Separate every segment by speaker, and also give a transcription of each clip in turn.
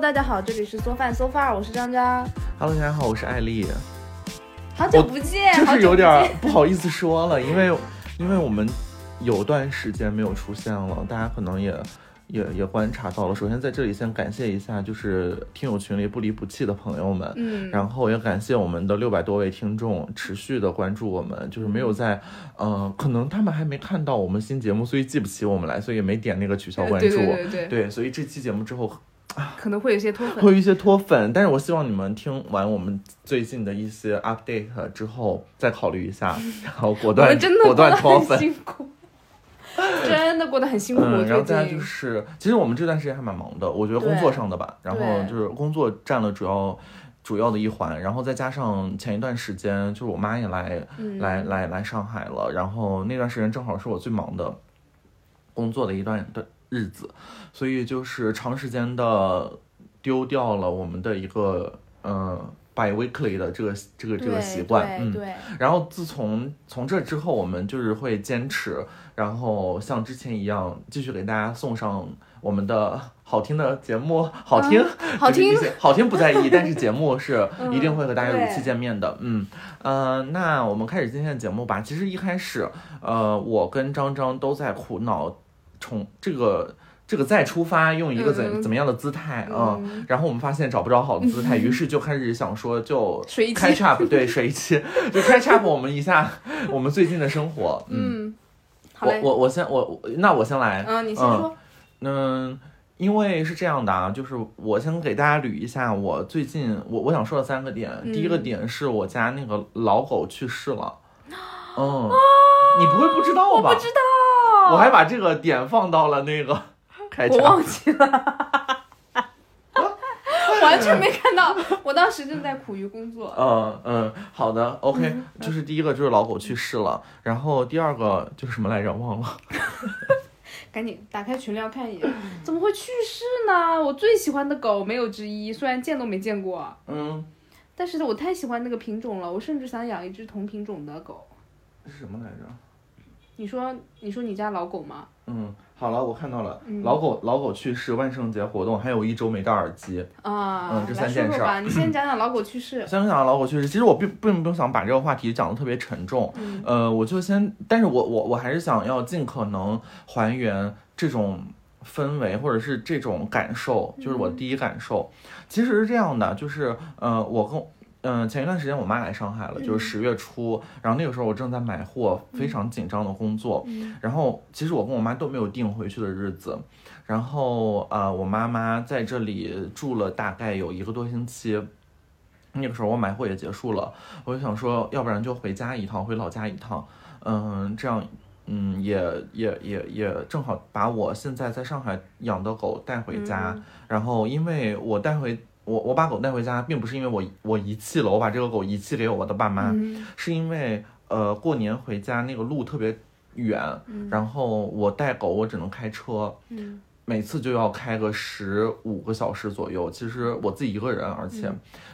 Speaker 1: 大家好，这里是做饭 so far，我是张张，
Speaker 2: Hello，大家好，我是艾丽，
Speaker 1: 好久不见，
Speaker 2: 就
Speaker 1: 哎好久
Speaker 2: 是有
Speaker 1: 不
Speaker 2: 点儿
Speaker 1: 见
Speaker 2: 不好意思说了，因为因为我们有段时间没有出现了，大家可能也也也观察到了。首先在这里先感谢一下，就是听友群里不离不弃的朋友们。
Speaker 1: 嗯，
Speaker 2: 然后也感谢我们的六百多位听众持续的关注我们，就是没有在，呃，可能他们还没看到我们新节目，所以记不起我们来，所以也没点那个取消关注。
Speaker 1: 对对对对对，
Speaker 2: 对，所以这期节目之后
Speaker 1: 可能会有一些脱粉，
Speaker 2: 会有一些脱粉，但是我希望你们听完我们最近的一些 update 之后，再考虑一下，然后果
Speaker 1: 我
Speaker 2: 断
Speaker 1: 们真的
Speaker 2: 果
Speaker 1: 过得
Speaker 2: 断脱
Speaker 1: 很
Speaker 2: 粉。
Speaker 1: 辛苦，真的过得很辛苦。
Speaker 2: 嗯，然后
Speaker 1: 最
Speaker 2: 大家
Speaker 1: 近
Speaker 2: 就是，其实我们这段时间还蛮忙的，我觉得工作上的吧，然后
Speaker 1: 对
Speaker 2: 就是工作占了主要主要的一环，然后再加上前一段时间就是我妈也来
Speaker 1: 嗯
Speaker 2: 来来来上海了，然后那段时间正好是我最忙的工作的一段的日子，所以就是长时间的丢掉了我们的一个嗯 bi weekly 的这个这个这个
Speaker 1: 对
Speaker 2: 习惯，
Speaker 1: 对
Speaker 2: 嗯，
Speaker 1: 对，
Speaker 2: 然后自从从这之后，我们就是会坚持，然后像之前一样继续给大家送上我们的好听的节目，好听，
Speaker 1: 好
Speaker 2: 就是
Speaker 1: 听
Speaker 2: 一 些好听不在意，但是节目是
Speaker 1: 嗯
Speaker 2: 一定会和大家有一
Speaker 1: 对
Speaker 2: 期见面的。嗯，呃，那我们开始今天的节目吧。其实一开始，呃，我跟张张都在苦恼，从这个这个再出发用一个怎、
Speaker 1: 嗯
Speaker 2: 怎么样的姿态啊、
Speaker 1: 嗯
Speaker 2: 然后我们发现找不着好的姿 态，于是就开始想说就
Speaker 1: 水一期
Speaker 2: 开 up 对水一期 就开 up 我们一下我们最近的生活。嗯，
Speaker 1: 嗯，好
Speaker 2: 我
Speaker 1: 嘞，
Speaker 2: 我我先我我那我先来，
Speaker 1: 嗯，你先
Speaker 2: 嗯
Speaker 1: 说，
Speaker 2: 嗯，因为是这样的啊，就是我先给大家捋一下我最近我我想说的三个点。第一个
Speaker 1: 嗯
Speaker 2: 点是我家那个老狗去世了，嗯，你不会不知道
Speaker 1: 哦我
Speaker 2: 吧？
Speaker 1: 不知道，
Speaker 2: 我还把这个点放到了那个开
Speaker 1: 我
Speaker 2: 场。
Speaker 1: 忘记了。 完全没看到，我当时正在苦于工作。
Speaker 2: 嗯嗯，好的，OK，就是
Speaker 1: 嗯
Speaker 2: 第一个就是老狗去世了，然后第二个就是什么来着？忘了。
Speaker 1: 赶紧打开群聊看一眼，怎么会去世呢？我最喜欢的狗没有之一，虽然见都没见过，
Speaker 2: 嗯，
Speaker 1: 但是我太喜欢那个品种了，我甚至想养一只同品种的狗。
Speaker 2: 是什么来着？
Speaker 1: 你说，你说你家老狗吗？
Speaker 2: 嗯，好了，我看到了，
Speaker 1: 嗯
Speaker 2: 老狗老狗去世，万圣节活动，还有一周没戴耳机。
Speaker 1: 啊，
Speaker 2: 嗯这
Speaker 1: 来
Speaker 2: 三
Speaker 1: 说
Speaker 2: 件
Speaker 1: 说
Speaker 2: 事儿
Speaker 1: 吧，你先讲讲老狗去世。
Speaker 2: 先讲老狗去世，其实我并并不想把这个话题讲得特别沉重，
Speaker 1: 嗯
Speaker 2: 呃，我就先，但是我我我还是想要尽可能还原这种氛围或者是这种感受，就是
Speaker 1: 嗯
Speaker 2: 我的第一感受。其实是这样的，就是呃，我跟。嗯，前一段时间我妈来上海了，
Speaker 1: 嗯
Speaker 2: 就是十月初，然后那个时候我正在买货，非常紧张的工作，
Speaker 1: 嗯
Speaker 2: 然后其实我跟我妈都没有定回去的日子，然后呃，我妈妈在这里住了大概有一个多星期。那个时候我买货也结束了，我就想说，要不然就回家一趟，回老家一趟，嗯，这样，嗯，也也也也正好把我现在在上海养的狗带 回家，
Speaker 1: 嗯
Speaker 2: 然后因为我带回我我把狗带回家，并不是因为我我遗弃了，我把这个狗遗弃给我的爸妈，
Speaker 1: 嗯
Speaker 2: 是因为呃过年回家那个路特别远，
Speaker 1: 嗯
Speaker 2: 然后我带狗我只能开车，
Speaker 1: 嗯
Speaker 2: 每次就要开个十五个小时左右。其实我自己一个人，而且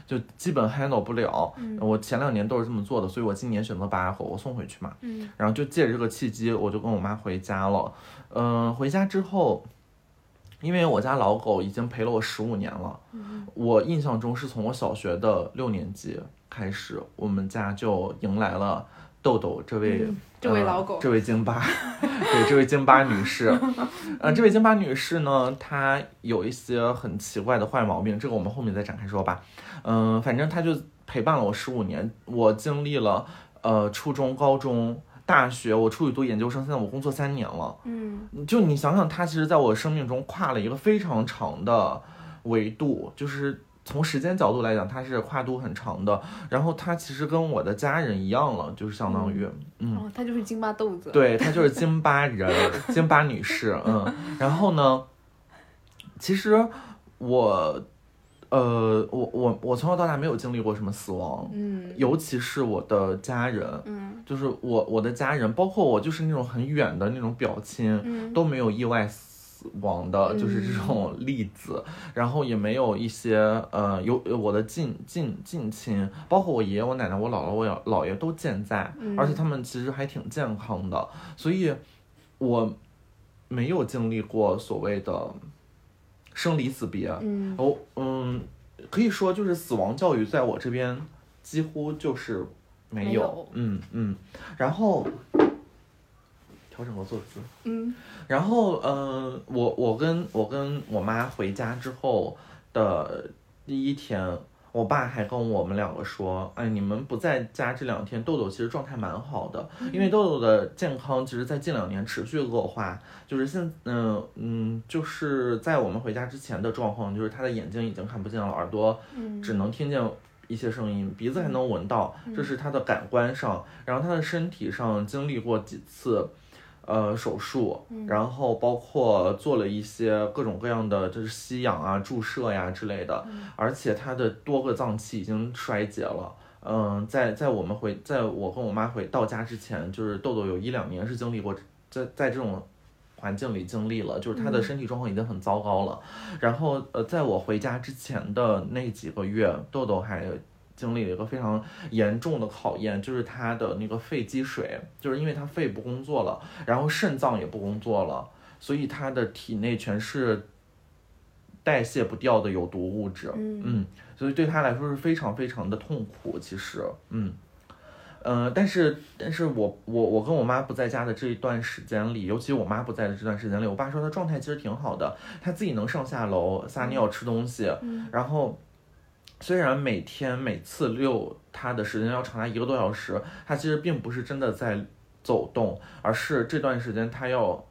Speaker 2: 就基本 handle 不了。
Speaker 1: 嗯
Speaker 2: 我前两年都是这么做的，所以我今年选择把狗狗送回去嘛。
Speaker 1: 嗯
Speaker 2: 然后就借着这个契机，我就跟我妈回家了。嗯、回家之后，因为我家老狗已经陪了我十五年了，我印象中是从我小学的六年级开始，我们家就迎来了豆豆这位、
Speaker 1: 嗯这位
Speaker 2: 呃
Speaker 1: 老狗
Speaker 2: 这位京巴， 对，这位京巴女士，呃，这位京巴女士呢，她有一些很奇怪的坏毛病，这个我们后面再展开说吧。嗯、反正她就陪伴了我十五年，我经历了呃初中、高中、大学，我出去读研究生，现在我工作三年了。
Speaker 1: 嗯
Speaker 2: 就你想想，它其实在我生命中跨了一个非常长的维度，就是从时间角度来讲，它是跨度很长的。然后它其实跟我的家人一样了，就是相当于，嗯
Speaker 1: 哦，它就是京巴豆子。
Speaker 2: 对，她就是金巴人，金巴女士，嗯。然后呢，其实我，呃，我我我从小到大没有经历过什么死亡，
Speaker 1: 嗯
Speaker 2: 尤其是我的家人，
Speaker 1: 嗯
Speaker 2: 就是我我的家人，包括我就是那种很远的那种表亲，
Speaker 1: 嗯
Speaker 2: 都没有意外死亡的，就是这种例子， 然后也没有一些呃有我的近近近亲，包括我爷爷、我奶奶、我姥姥、我姥姥爷都健在，
Speaker 1: 嗯
Speaker 2: 而且他们其实还挺健康的，所以我没有经历过所谓的。生离死别。
Speaker 1: 嗯
Speaker 2: 哦，嗯，可以说就是死亡教育在我这边几乎就是没有，
Speaker 1: 没有
Speaker 2: 嗯嗯，然后调整个坐姿，
Speaker 1: 嗯
Speaker 2: 然后呃，我我跟我跟我妈回家之后的第一天，我爸还跟我们两个说，哎，你们不在家这两天，豆豆其实状态蛮好的，因为豆豆的健康其实在近两年持续恶化，就是现嗯、嗯，就是在我们回家之前的状况，就是他的眼睛已经看不见了，耳朵
Speaker 1: 嗯
Speaker 2: 只能听见一些声音，鼻子还能闻到，这是他的感官上。然后他的身体上经历过几次，呃，手术，然后包括做了一些各种各样的，就是吸氧啊、注射呀、之类的。而且他的多个脏器已经衰竭了。嗯，在在我们回，在我跟我妈回到家之前，就是豆豆有一两年是经历过在在这种环境里经历了，就是他的身体状况已经很糟糕了。然后呃，在我回家之前的那几个月，豆豆还经历了一个非常严重的考验，就是他的那个肺积水，就是因为他肺不工作了，然后肾脏也不工作了，所以他的体内全是代谢不掉的有毒物质。
Speaker 1: 嗯
Speaker 2: 嗯，所以对他来说是非常非常的痛苦。其实，嗯，呃，但是但是我我我跟我妈不在家的这一段时间里，尤其我妈不在的这段时间里，我爸说他状态其实挺好的，他自己能上下楼撒尿、吃东西，然后。虽然每天每次遛他的时间要长达一个多小时，他其实并不是真的在走动，而是这段时间他要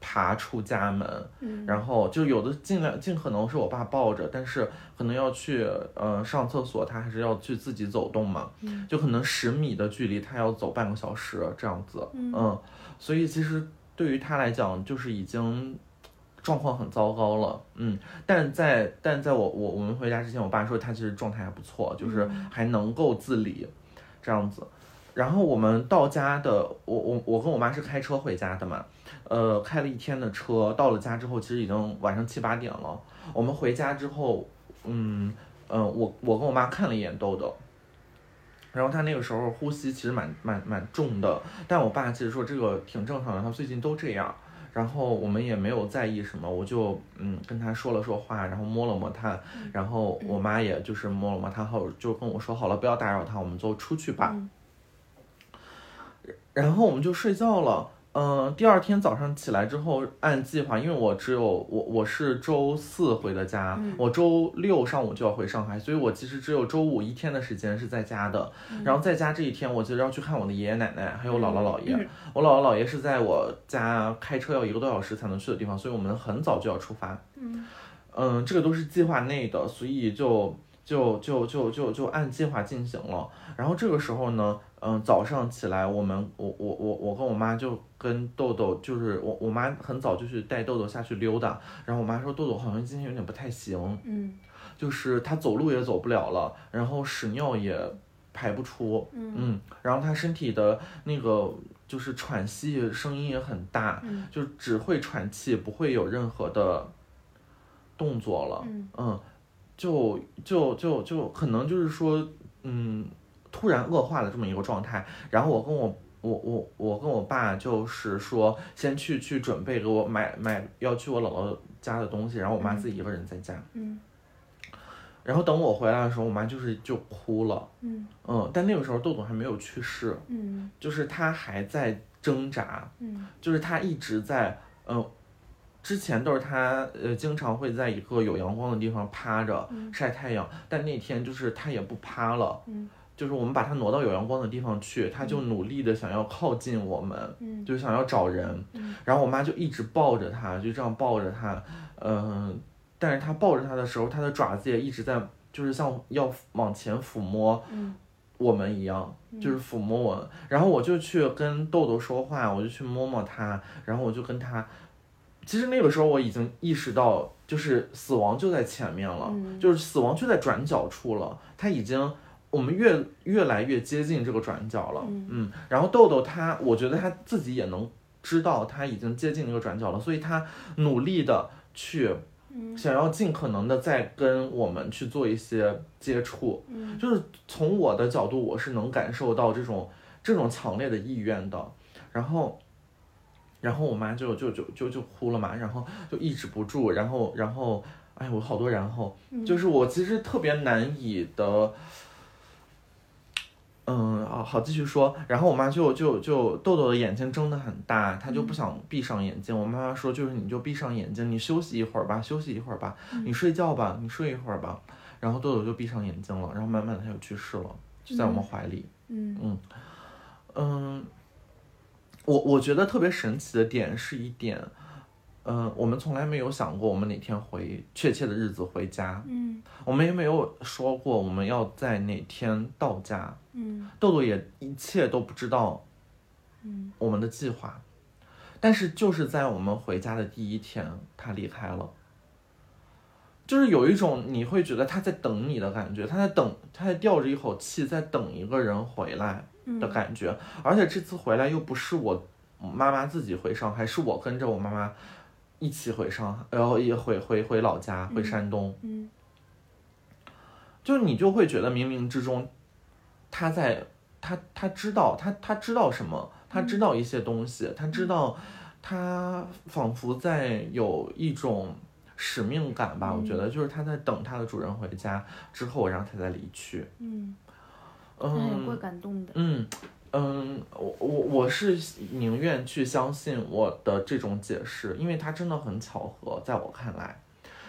Speaker 2: 爬出家门，
Speaker 1: 嗯
Speaker 2: 然后就有的尽量尽可能是我爸抱着，但是可能要去呃上厕所，他还是要去自己走动嘛，
Speaker 1: 嗯
Speaker 2: 就可能十米的距离他要走半个小时这样子，
Speaker 1: 嗯
Speaker 2: 所以其实对于他来讲就是已经状况很糟糕了，嗯，但在但在我我我们回家之前，我爸说他其实状态还不错，就是
Speaker 1: 嗯
Speaker 2: 还能够自理这样子。然后我们到家的，我我我跟我妈是开车回家的嘛，呃，开了一天的车，到了家之后，其实已经晚上七八点了。我们回家之后，嗯嗯、呃我我跟我妈看了一眼豆豆，然后她那个时候呼吸其实蛮蛮蛮重的，但我爸其实说这个挺正常的，他最近都这样。然后我们也没有在意什么，我就嗯跟他说了说话，然后摸了摸他，然后我妈也就是摸了摸他后，就跟我说好了，不要打扰他，我们就出去吧。
Speaker 1: 嗯
Speaker 2: 然后我们就睡觉了。嗯、第二天早上起来之后，按计划，因为我只有我我是周四回的家，我周六上午就要回上海，所以我其实只有周五一天的时间是在家的。然后在家这一天，我其实要去看我的爷爷奶奶，还有姥姥姥爷。我姥姥姥爷是在我家开车要一个多小时才能去的地方，所以我们很早就要出发。
Speaker 1: 嗯
Speaker 2: 嗯，这个都是计划内的，所以就就就就就就按计划进行了。然后这个时候呢，嗯，早上起来，我们我我我我跟我妈就跟豆豆，就是我我妈很早就去带豆豆下去溜达，然后我妈说豆豆好像今天有点不太行，
Speaker 1: 嗯
Speaker 2: 就是她走路也走不了了，然后屎尿也排不出，
Speaker 1: 嗯
Speaker 2: 嗯，然后他身体的那个就是喘息声音也很大，
Speaker 1: 嗯
Speaker 2: 就只会喘气，不会有任何的动作了。
Speaker 1: 嗯
Speaker 2: 嗯，就就就就可能就是说，嗯，突然恶化了这么一个状态。然后我跟我我我我跟我爸就是说，先去去准备给我买买要去我姥姥家的东西，然后我妈自己一个人在家。
Speaker 1: 嗯
Speaker 2: 然后等我回来的时候，我妈就是就哭了。
Speaker 1: 嗯
Speaker 2: 嗯，但那个时候豆豆还没有去世。
Speaker 1: 嗯
Speaker 2: 就是他还在挣扎，
Speaker 1: 嗯
Speaker 2: 就是他一直在，嗯、之前都是他呃经常会在一个有阳光的地方趴着
Speaker 1: 嗯
Speaker 2: 晒太阳，但那天就是他也不趴了，
Speaker 1: 嗯
Speaker 2: 就是我们把他挪到有阳光的地方去，他就努力的想要靠近我们，
Speaker 1: 嗯
Speaker 2: 就想要找人
Speaker 1: 嗯，
Speaker 2: 然后我妈就一直抱着他，就这样抱着他，嗯、但是他抱着他的时候，他的爪子也一直在，就是像要往前抚摸，
Speaker 1: 嗯
Speaker 2: 我们一样，就是抚摸我，然后我就去跟豆豆说话，我就去摸摸它，然后我就跟它，其实那个时候我已经意识到，就是死亡就在前面了，
Speaker 1: 嗯
Speaker 2: 就是死亡就在转角处了，它已经我们越越来越接近这个转角了，
Speaker 1: 嗯
Speaker 2: 然后豆豆它，我觉得它自己也能知道它已经接近那个转角了，所以它努力的去
Speaker 1: 嗯
Speaker 2: 想要尽可能的再跟我们去做一些接触，
Speaker 1: 嗯
Speaker 2: 就是从我的角度，我是能感受到这种这种强烈的意愿的。然后然后我妈就就就就就哭了嘛，然后就抑制不住，然后然后，哎，我好多然后，就是我其实特别难以的，嗯，啊，好，继续说，然后我妈就就就豆豆的眼睛睁得很大，她就不想闭上眼睛，我妈妈说就是你就闭上眼睛，你休息一会儿吧，休息一会儿吧，你睡觉吧，你睡一会儿吧，然后豆豆就闭上眼睛了，然后慢慢的她就去世了，就在我们怀里，
Speaker 1: 嗯
Speaker 2: 嗯，我我觉得特别神奇的点是一点，嗯、我们从来没有想过我们哪天回确切的日子回家，
Speaker 1: 嗯
Speaker 2: 我们也没有说过我们要在哪天到家，
Speaker 1: 嗯
Speaker 2: 豆豆也一切都不知道
Speaker 1: 嗯
Speaker 2: 我们的计划，但是就是在我们回家的第一天，他离开了。就是有一种你会觉得他在等你的感觉，他在等，他在吊着一口气，在等一个人回来。
Speaker 1: 嗯
Speaker 2: 的感觉。而且这次回来又不是我妈妈自己回上海，是我跟着我妈妈一起回上海，然后也回回回老家，回山东。
Speaker 1: 嗯
Speaker 2: 就你就会觉得冥冥之中，他在他他知道他他知道什么，他
Speaker 1: 嗯
Speaker 2: 知道一些东西，他知道他仿佛在有一种。使命感吧，我觉
Speaker 1: 嗯
Speaker 2: 得就是他在等他的主人回家之后，然后他再离去。
Speaker 1: 嗯，
Speaker 2: 嗯，
Speaker 1: 那也怪感动的。
Speaker 2: 嗯嗯，我我我是宁愿去相信我的这种解释，因为它真的很巧合，在我看来。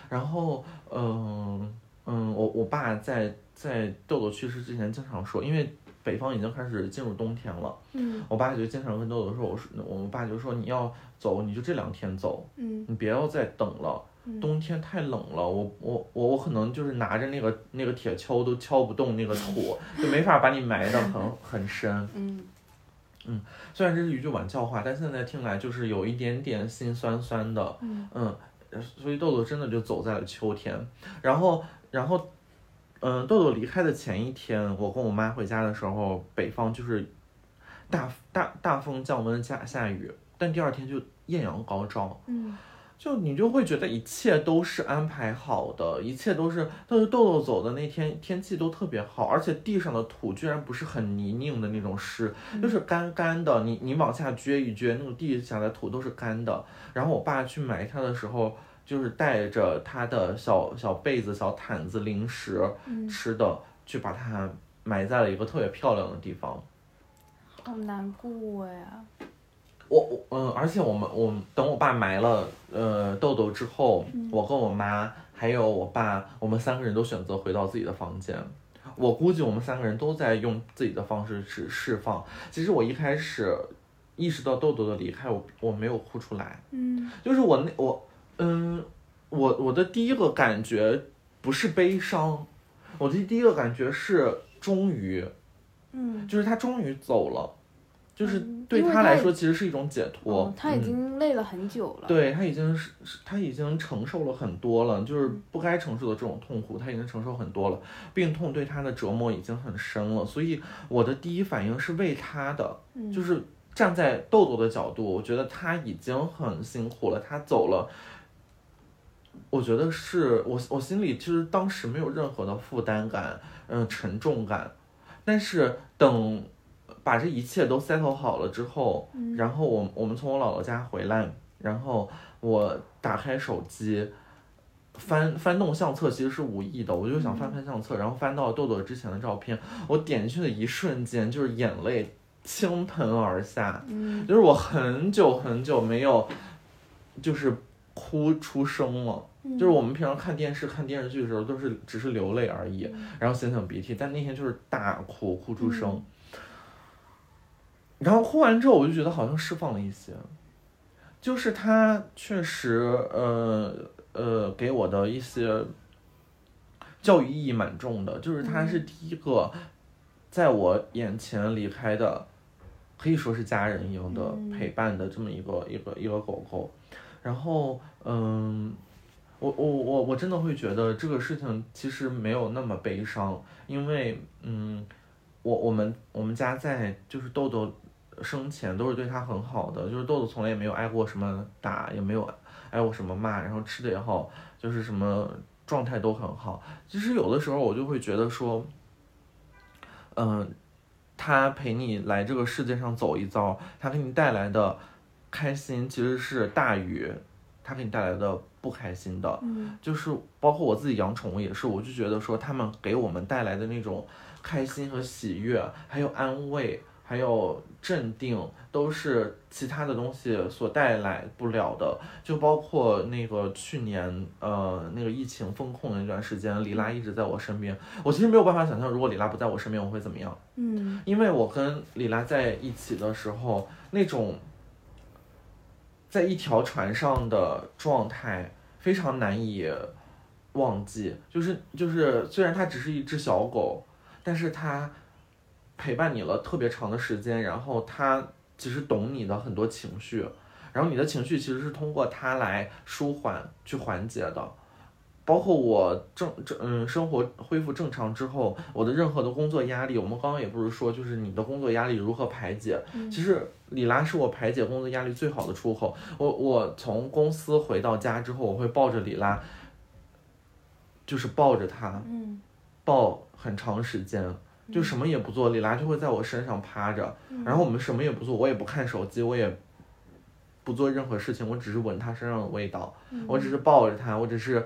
Speaker 2: 然后，嗯嗯，我我爸在在豆豆去世之前经常说，因为北方已经开始进入冬天了，
Speaker 1: 嗯
Speaker 2: 我爸就经常跟豆豆说，我说我爸就说你要走你就这两天走，
Speaker 1: 嗯
Speaker 2: 你别要再等了，
Speaker 1: 嗯
Speaker 2: 冬天太冷了，我我我我可能就是拿着那个那个铁锹都敲不动那个土，就没法把你埋得很很深。
Speaker 1: 嗯
Speaker 2: 虽然这是一句玩笑话，但现在听来就是有一点点心酸酸的。
Speaker 1: 嗯
Speaker 2: 嗯，呃所以豆豆真的就走在了秋天。然后，然后，嗯，豆豆离开的前一天，我跟我妈回家的时候，北方就是大大大风降温下下雨，但第二天就艳阳高照。
Speaker 1: 嗯
Speaker 2: 就你就会觉得一切都是安排好的，一切都是。但是豆豆走的那天天气都特别好，而且地上的土居然不是很泥泞的那种湿，就是干干的。你你往下撅一撅，那种地下的土都是干的。然后我爸去埋它的时候，就是带着他的小小被子、小毯子、零食、
Speaker 1: 嗯，
Speaker 2: 吃的，去把它埋在了一个特别漂亮的地方。
Speaker 1: 好难过呀。
Speaker 2: 我我嗯，而且我们我们等我爸埋了呃豆豆之后，
Speaker 1: 嗯
Speaker 2: 我跟我妈还有我爸，我们三个人都选择回到自己的房间。我估计我们三个人都在用自己的方式去释放。其实我一开始意识到豆豆的离开，我我没有哭出来，
Speaker 1: 嗯
Speaker 2: 就是我那我嗯，我我的第一个感觉不是悲伤，我的第一个感觉是终于，
Speaker 1: 嗯，
Speaker 2: 就是他终于走了，就是
Speaker 1: 嗯
Speaker 2: 对
Speaker 1: 因为
Speaker 2: 他来
Speaker 1: 他
Speaker 2: 说其实是一种解脱。
Speaker 1: 哦他已经累了很久了。
Speaker 2: 对他已经是是他已经承受了很多了，就是不该承受的这种痛苦，他已经承受很多了。病痛对他的折磨已经很深了，所以我的第一反应是为他的，
Speaker 1: 嗯
Speaker 2: 就是站在豆豆的角度，我觉得他已经很辛苦了，他走了。我觉得是我，我心里其实当时没有任何的负担感，嗯、沉重感。但是等把这一切都 settle 好了之后，然后我我们从我姥姥家回来，然后我打开手机，翻翻动相册，其实是无意的，我就想翻翻相册，然后翻到豆豆之前的照片，我点进去的一瞬间，就是眼泪倾盆而下，
Speaker 1: 嗯
Speaker 2: 就是我很久很久没有，就是哭出声了。
Speaker 1: 嗯
Speaker 2: 就是我们平常看电视、看电视剧的时候，都是只是流泪而已，然后擤擤鼻涕，但那天就是大哭，哭出声。然后哭完之后，我就觉得好像释放了一些，就是他确实，呃呃，给我的一些教育意义蛮重的，就是他是第一个在我眼前离开的，可以说是家人一样的
Speaker 1: 嗯
Speaker 2: 陪伴的这么一个一个一个狗狗，然后嗯。我我我我真的会觉得这个事情其实没有那么悲伤，因为嗯，我我们我们家在就是豆豆生前都是对他很好的，就是豆豆从来也没有挨过什么打，也没有挨过什么骂，然后吃的也好，就是什么状态都很好。其实有的时候我就会觉得说，嗯、他陪你来这个世界上走一遭，他给你带来的开心其实是大于它给你带来的不开心的。
Speaker 1: 嗯，
Speaker 2: 就是包括我自己养宠物也是，我就觉得说它们给我们带来的那种开心和喜悦，还有安慰，还有镇定，都是其他的东西所带来不了的。就包括那个去年呃那个疫情封控的那段时间，李拉一直在我身边，我其实没有办法想象，如果李拉不在我身边，我会怎么样。
Speaker 1: 嗯，
Speaker 2: 因为我跟李拉在一起的时候，那种在一条船上的状态非常难以忘记。就是就是，虽然它只是一只小狗，但是它陪伴你了特别长的时间，然后它其实懂你的很多情绪，然后你的情绪其实是通过它来舒缓、去缓解的。包括我正正嗯生活恢复正常之后，我的任何的工作压力，我们刚刚也不是说就是你的工作压力如何排解，其实李拉是我排解工作压力最好的出口。我我从公司回到家之后，我会抱着李拉，就是抱着她，
Speaker 1: 嗯，
Speaker 2: 抱很长时间。就什么也不做，李拉就会在我身上趴着，然后我们什么也不做，我也不看手机，我也不做任何事情，我只是闻她身上的味道，
Speaker 1: 嗯
Speaker 2: 我只是抱着她，我只是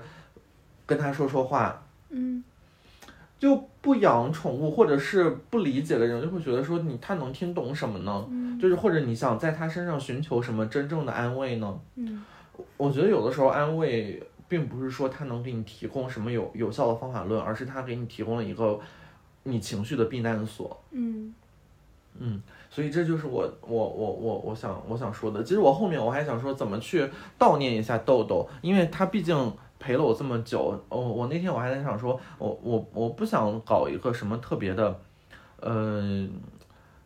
Speaker 2: 跟她说说话，
Speaker 1: 嗯，
Speaker 2: 就不养宠物或者是不理解的人，就会觉得说你他能听懂什么呢？就是或者你想在他身上寻求什么真正的安慰呢？
Speaker 1: 嗯，
Speaker 2: 我觉得有的时候安慰并不是说他能给你提供什么有有效的方法论，而是他给你提供了一个你情绪的避难所。
Speaker 1: 嗯，
Speaker 2: 嗯，所以这就是我我我我我想我想说的。其实我后面我还想说怎么去悼念一下豆豆，因为他毕竟陪了我这么久。我、我那天我还在想说，我我我不想搞一个什么特别的，呃，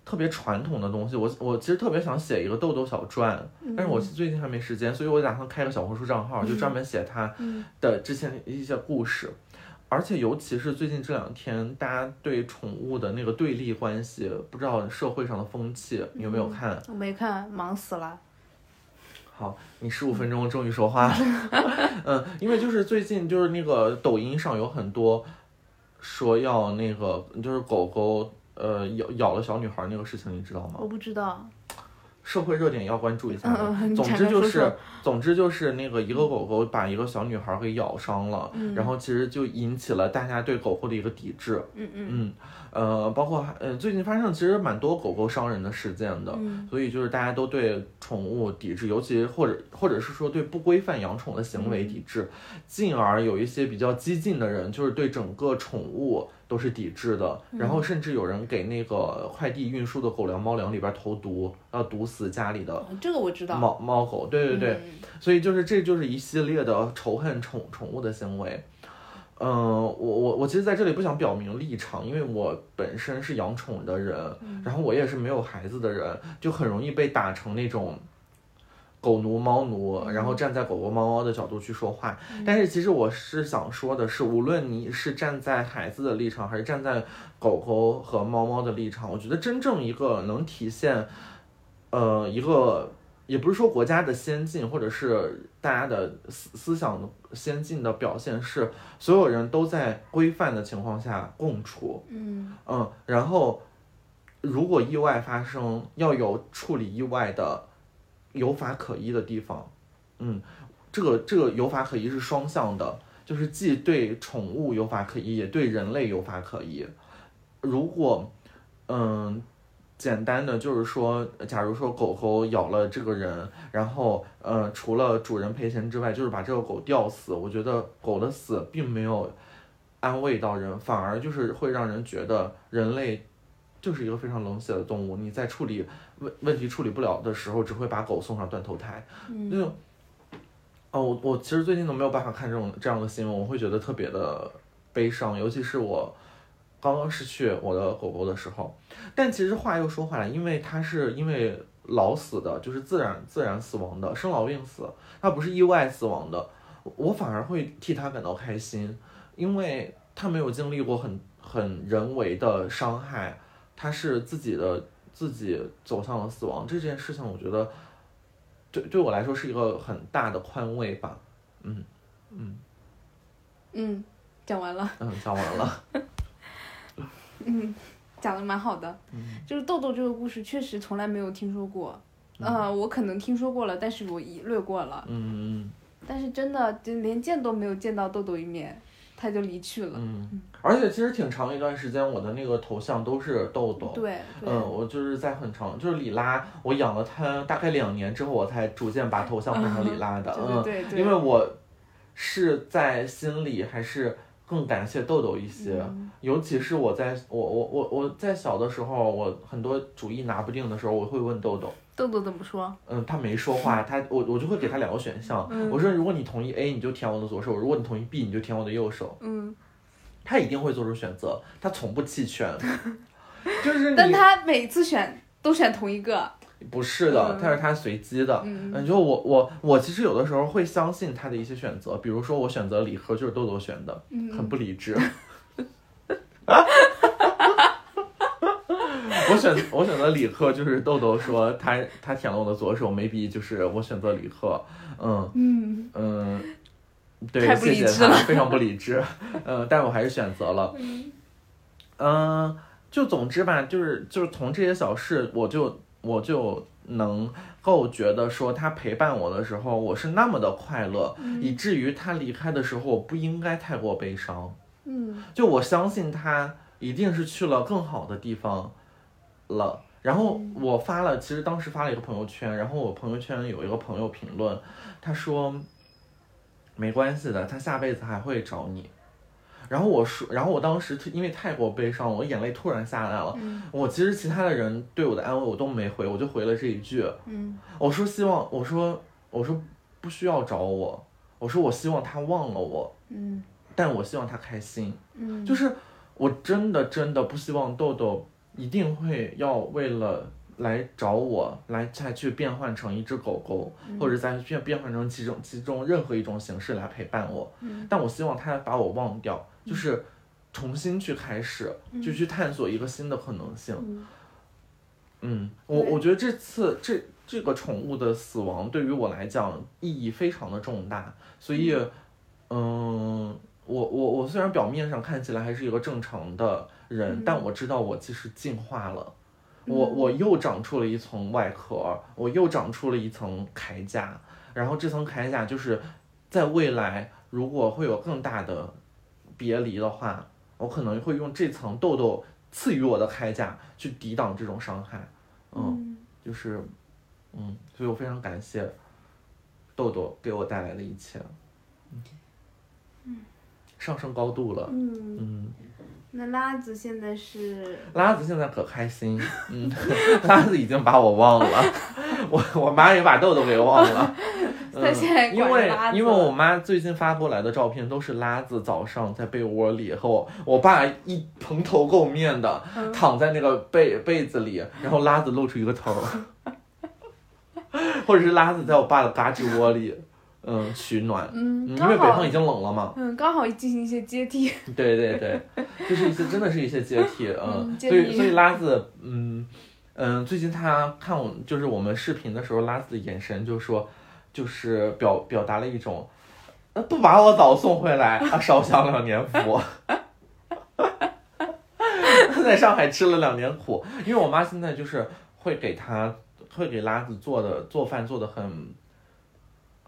Speaker 2: 特别传统的东西。我我其实特别想写一个豆豆小传，但是我最近还没时间，所以我打算开个小红书账号，就专门写他
Speaker 1: 嗯
Speaker 2: 的之前一些故事。而且尤其是最近这两天，大家对宠物的那个对立关系，不知道社会上的风气你有没有看？
Speaker 1: 我没看，忙死了。
Speaker 2: 好，你十五分钟终于说话了。 嗯，因为就是最近就是那个抖音上有很多说要那个就是狗狗呃咬咬了小女孩那个事情，你知道吗？
Speaker 1: 我不知道，
Speaker 2: 社会热点要关注一下
Speaker 1: 嗯
Speaker 2: 的。
Speaker 1: 嗯你
Speaker 2: 总
Speaker 1: 展
Speaker 2: 之
Speaker 1: 开
Speaker 2: 就
Speaker 1: 说
Speaker 2: 是，
Speaker 1: 说
Speaker 2: 总之就是那个一个狗狗把一个小女孩给咬伤了，然后其实就引起了大家对狗狗的一个抵制。
Speaker 1: 嗯嗯
Speaker 2: 嗯，呃，包括还呃最近发生其实蛮多狗狗伤人的事件的，
Speaker 1: 嗯
Speaker 2: 所以就是大家都对宠物抵制，尤其或者或者是说对不规范养宠的行为抵制，进而有一些比较激进的人就是对整个宠物都是抵制的，
Speaker 1: 嗯
Speaker 2: 然后甚至有人给那个快递运输的狗粮、猫粮里边投毒，要毒死家里的。
Speaker 1: 这个我知道。
Speaker 2: 猫猫狗，对对对，所以就是这就是一系列的仇恨宠宠物的行为。嗯、我我我其实在这里不想表明立场，因为我本身是养宠的人，然后我也是没有孩子的人，就很容易被打成那种狗奴猫奴，然后站在狗狗猫猫的角度去说话。但是其实我是想说的是，无论你是站在孩子的立场，还是站在狗狗和猫猫的立场，我觉得真正一个能体现，呃，一个也不是说国家的先进，或者是大家的思思想先进的表现，是所有人都在规范的情况下共处。
Speaker 1: 嗯
Speaker 2: 嗯，然后如果意外发生，要有处理意外的有法可依的地方。嗯，这个这个有法可依是双向的，就是既对宠物有法可依，也对人类有法可依。如果嗯。简单的就是说，假如说狗狗咬了这个人，然后呃，除了主人赔钱之外，就是把这个狗吊死。我觉得狗的死并没有安慰到人，反而就是会让人觉得人类就是一个非常冷血的动物。你在处理问问题处理不了的时候，只会把狗送上断头台。
Speaker 1: 嗯
Speaker 2: 就哦，我我其实最近都没有办法看这种这样的新闻，我会觉得特别的悲伤，尤其是我刚刚失去我的狗狗的时候。但其实话又说回来，因为它是因为老死的，就是自然自然死亡的，生老病死，它不是意外死亡的，我我反而会替它感到开心，因为它没有经历过很很人为的伤害，它是自己的自己走向了死亡这件事情，我觉得。对对我来说是一个很大的宽慰吧。
Speaker 1: 嗯，讲完了。
Speaker 2: 嗯，讲完了。嗯
Speaker 1: 讲的蛮好的，就是豆豆这个故事确实从来没有听说过，呃，我可能听说过了，但是我一略过了。
Speaker 2: 嗯
Speaker 1: 但是真的就连见都没有见到豆豆一面，他就离去
Speaker 2: 嗯
Speaker 1: 了。
Speaker 2: 嗯，而且其实挺长一段时间，我的那个头像都是豆豆。
Speaker 1: 对对、
Speaker 2: 嗯，我就是在很长，就是里拉，我养了它大概两年之后，我才逐渐把头像变成里拉的。嗯，
Speaker 1: 对对对
Speaker 2: 因为我是在心里还是更感谢豆豆一些，
Speaker 1: 嗯
Speaker 2: 尤其是我在我我我我在小的时候，我很多主意拿不定的时候，我会问豆豆。
Speaker 1: 豆豆怎么说？
Speaker 2: 嗯，他没说话，他我我就会给他两个选项，
Speaker 1: 嗯
Speaker 2: 我说如果你同意 A，你就舔我的左手；如果你同意 B，你就舔我的右手。
Speaker 1: 嗯，
Speaker 2: 他一定会做出选择，他从不弃 权。就是你
Speaker 1: 但他每次选都选同一个。
Speaker 2: 不是的
Speaker 1: 嗯，
Speaker 2: 但是他随机的。
Speaker 1: 嗯，
Speaker 2: 嗯，就我我我其实有的时候会相信他的一些选择，比如说我选择理科就是豆豆选的，
Speaker 1: 嗯
Speaker 2: 很不理智。 我选我选择理科就是豆豆说他他舔了我的左手，maybe 就是我选择理科，嗯
Speaker 1: 嗯，
Speaker 2: 嗯，对，
Speaker 1: 太不
Speaker 2: 谢
Speaker 1: 理
Speaker 2: 谢
Speaker 1: 智
Speaker 2: 他，非常不理智，嗯，但是我还是选择了，嗯，就总之吧，就是就是从这些小事，我就我就能够觉得说，他陪伴我的时候，我是那么的快乐，
Speaker 1: 嗯
Speaker 2: 以至于他离开的时候，我不应该太过悲伤。
Speaker 1: 嗯
Speaker 2: 就我相信他一定是去了更好的地方了。然后我发了，其实当时发了一个朋友圈，然后我朋友圈有一个朋友评论，他说没关系的，他下辈子还会找你。然后我说，然后我当时特因为太过悲伤，我眼泪突然下来了。
Speaker 1: 嗯
Speaker 2: 我其实其他的人对我的安慰我都没回，我就回了这一句，
Speaker 1: 嗯
Speaker 2: 我说希望，我说我说不需要找我，我说我希望他忘了我，
Speaker 1: 嗯
Speaker 2: 但我希望他开心。
Speaker 1: 嗯，
Speaker 2: 就是我真的真的不希望豆豆一定会要为了来找我，来再去变换成一只狗狗，或者再变变换成其中其中任何一种形式来陪伴我。
Speaker 1: 嗯
Speaker 2: 但我希望他把我忘掉，就是重新去开始，就去探索一个新的可能性。
Speaker 1: 嗯
Speaker 2: 嗯，我
Speaker 1: 对
Speaker 2: 我觉得这次这这个宠物的死亡对于我来讲意义非常的重大，所以，嗯，我我我虽然表面上看起来还是一个正常的人，
Speaker 1: 嗯
Speaker 2: 但我知道我其实进化了，我我又长出了一层外壳，我又长出了一层铠甲，然后这层铠甲就是在未来如果会有更大的别离的话，我可能会用这层痘痘赐予我的铠甲去抵挡这种伤害。嗯，
Speaker 1: 嗯
Speaker 2: 就是，嗯，所以我非常感谢豆豆给我带来的一切。嗯，上升高度了。
Speaker 1: 嗯，
Speaker 2: 嗯，
Speaker 1: 那拉子现在是
Speaker 2: 拉子现在可开心，嗯，拉子已经把我忘了，我我妈也把豆豆给忘 了，
Speaker 1: 她现在
Speaker 2: 嗯、因
Speaker 1: 管
Speaker 2: 为
Speaker 1: 拉子
Speaker 2: 因为我妈最近发过来的照片都是拉子早上在被窝里和我我爸一蓬头垢面的
Speaker 1: 嗯
Speaker 2: 躺在那个被被子里，然后拉子露出一个头儿， 或者是拉子在我爸的嘎吱窝里，嗯，取暖，
Speaker 1: 嗯
Speaker 2: 嗯，因
Speaker 1: 刚
Speaker 2: 为北
Speaker 1: 好
Speaker 2: 方已经冷了嘛，
Speaker 1: 嗯刚好进行一些接替，
Speaker 2: 对对对，就是一些真的是一些阶梯，嗯，
Speaker 1: 嗯
Speaker 2: 所以
Speaker 1: 阶梯
Speaker 2: 所以拉子，嗯嗯，最近他看我就是我们视频的时候，拉子的眼神就说，就是表表达了一种，呃不把我早送回来，啊，少享两年福。他 在上海吃了两年苦，因为我妈现在就是会给他会给拉子做的做饭做的很。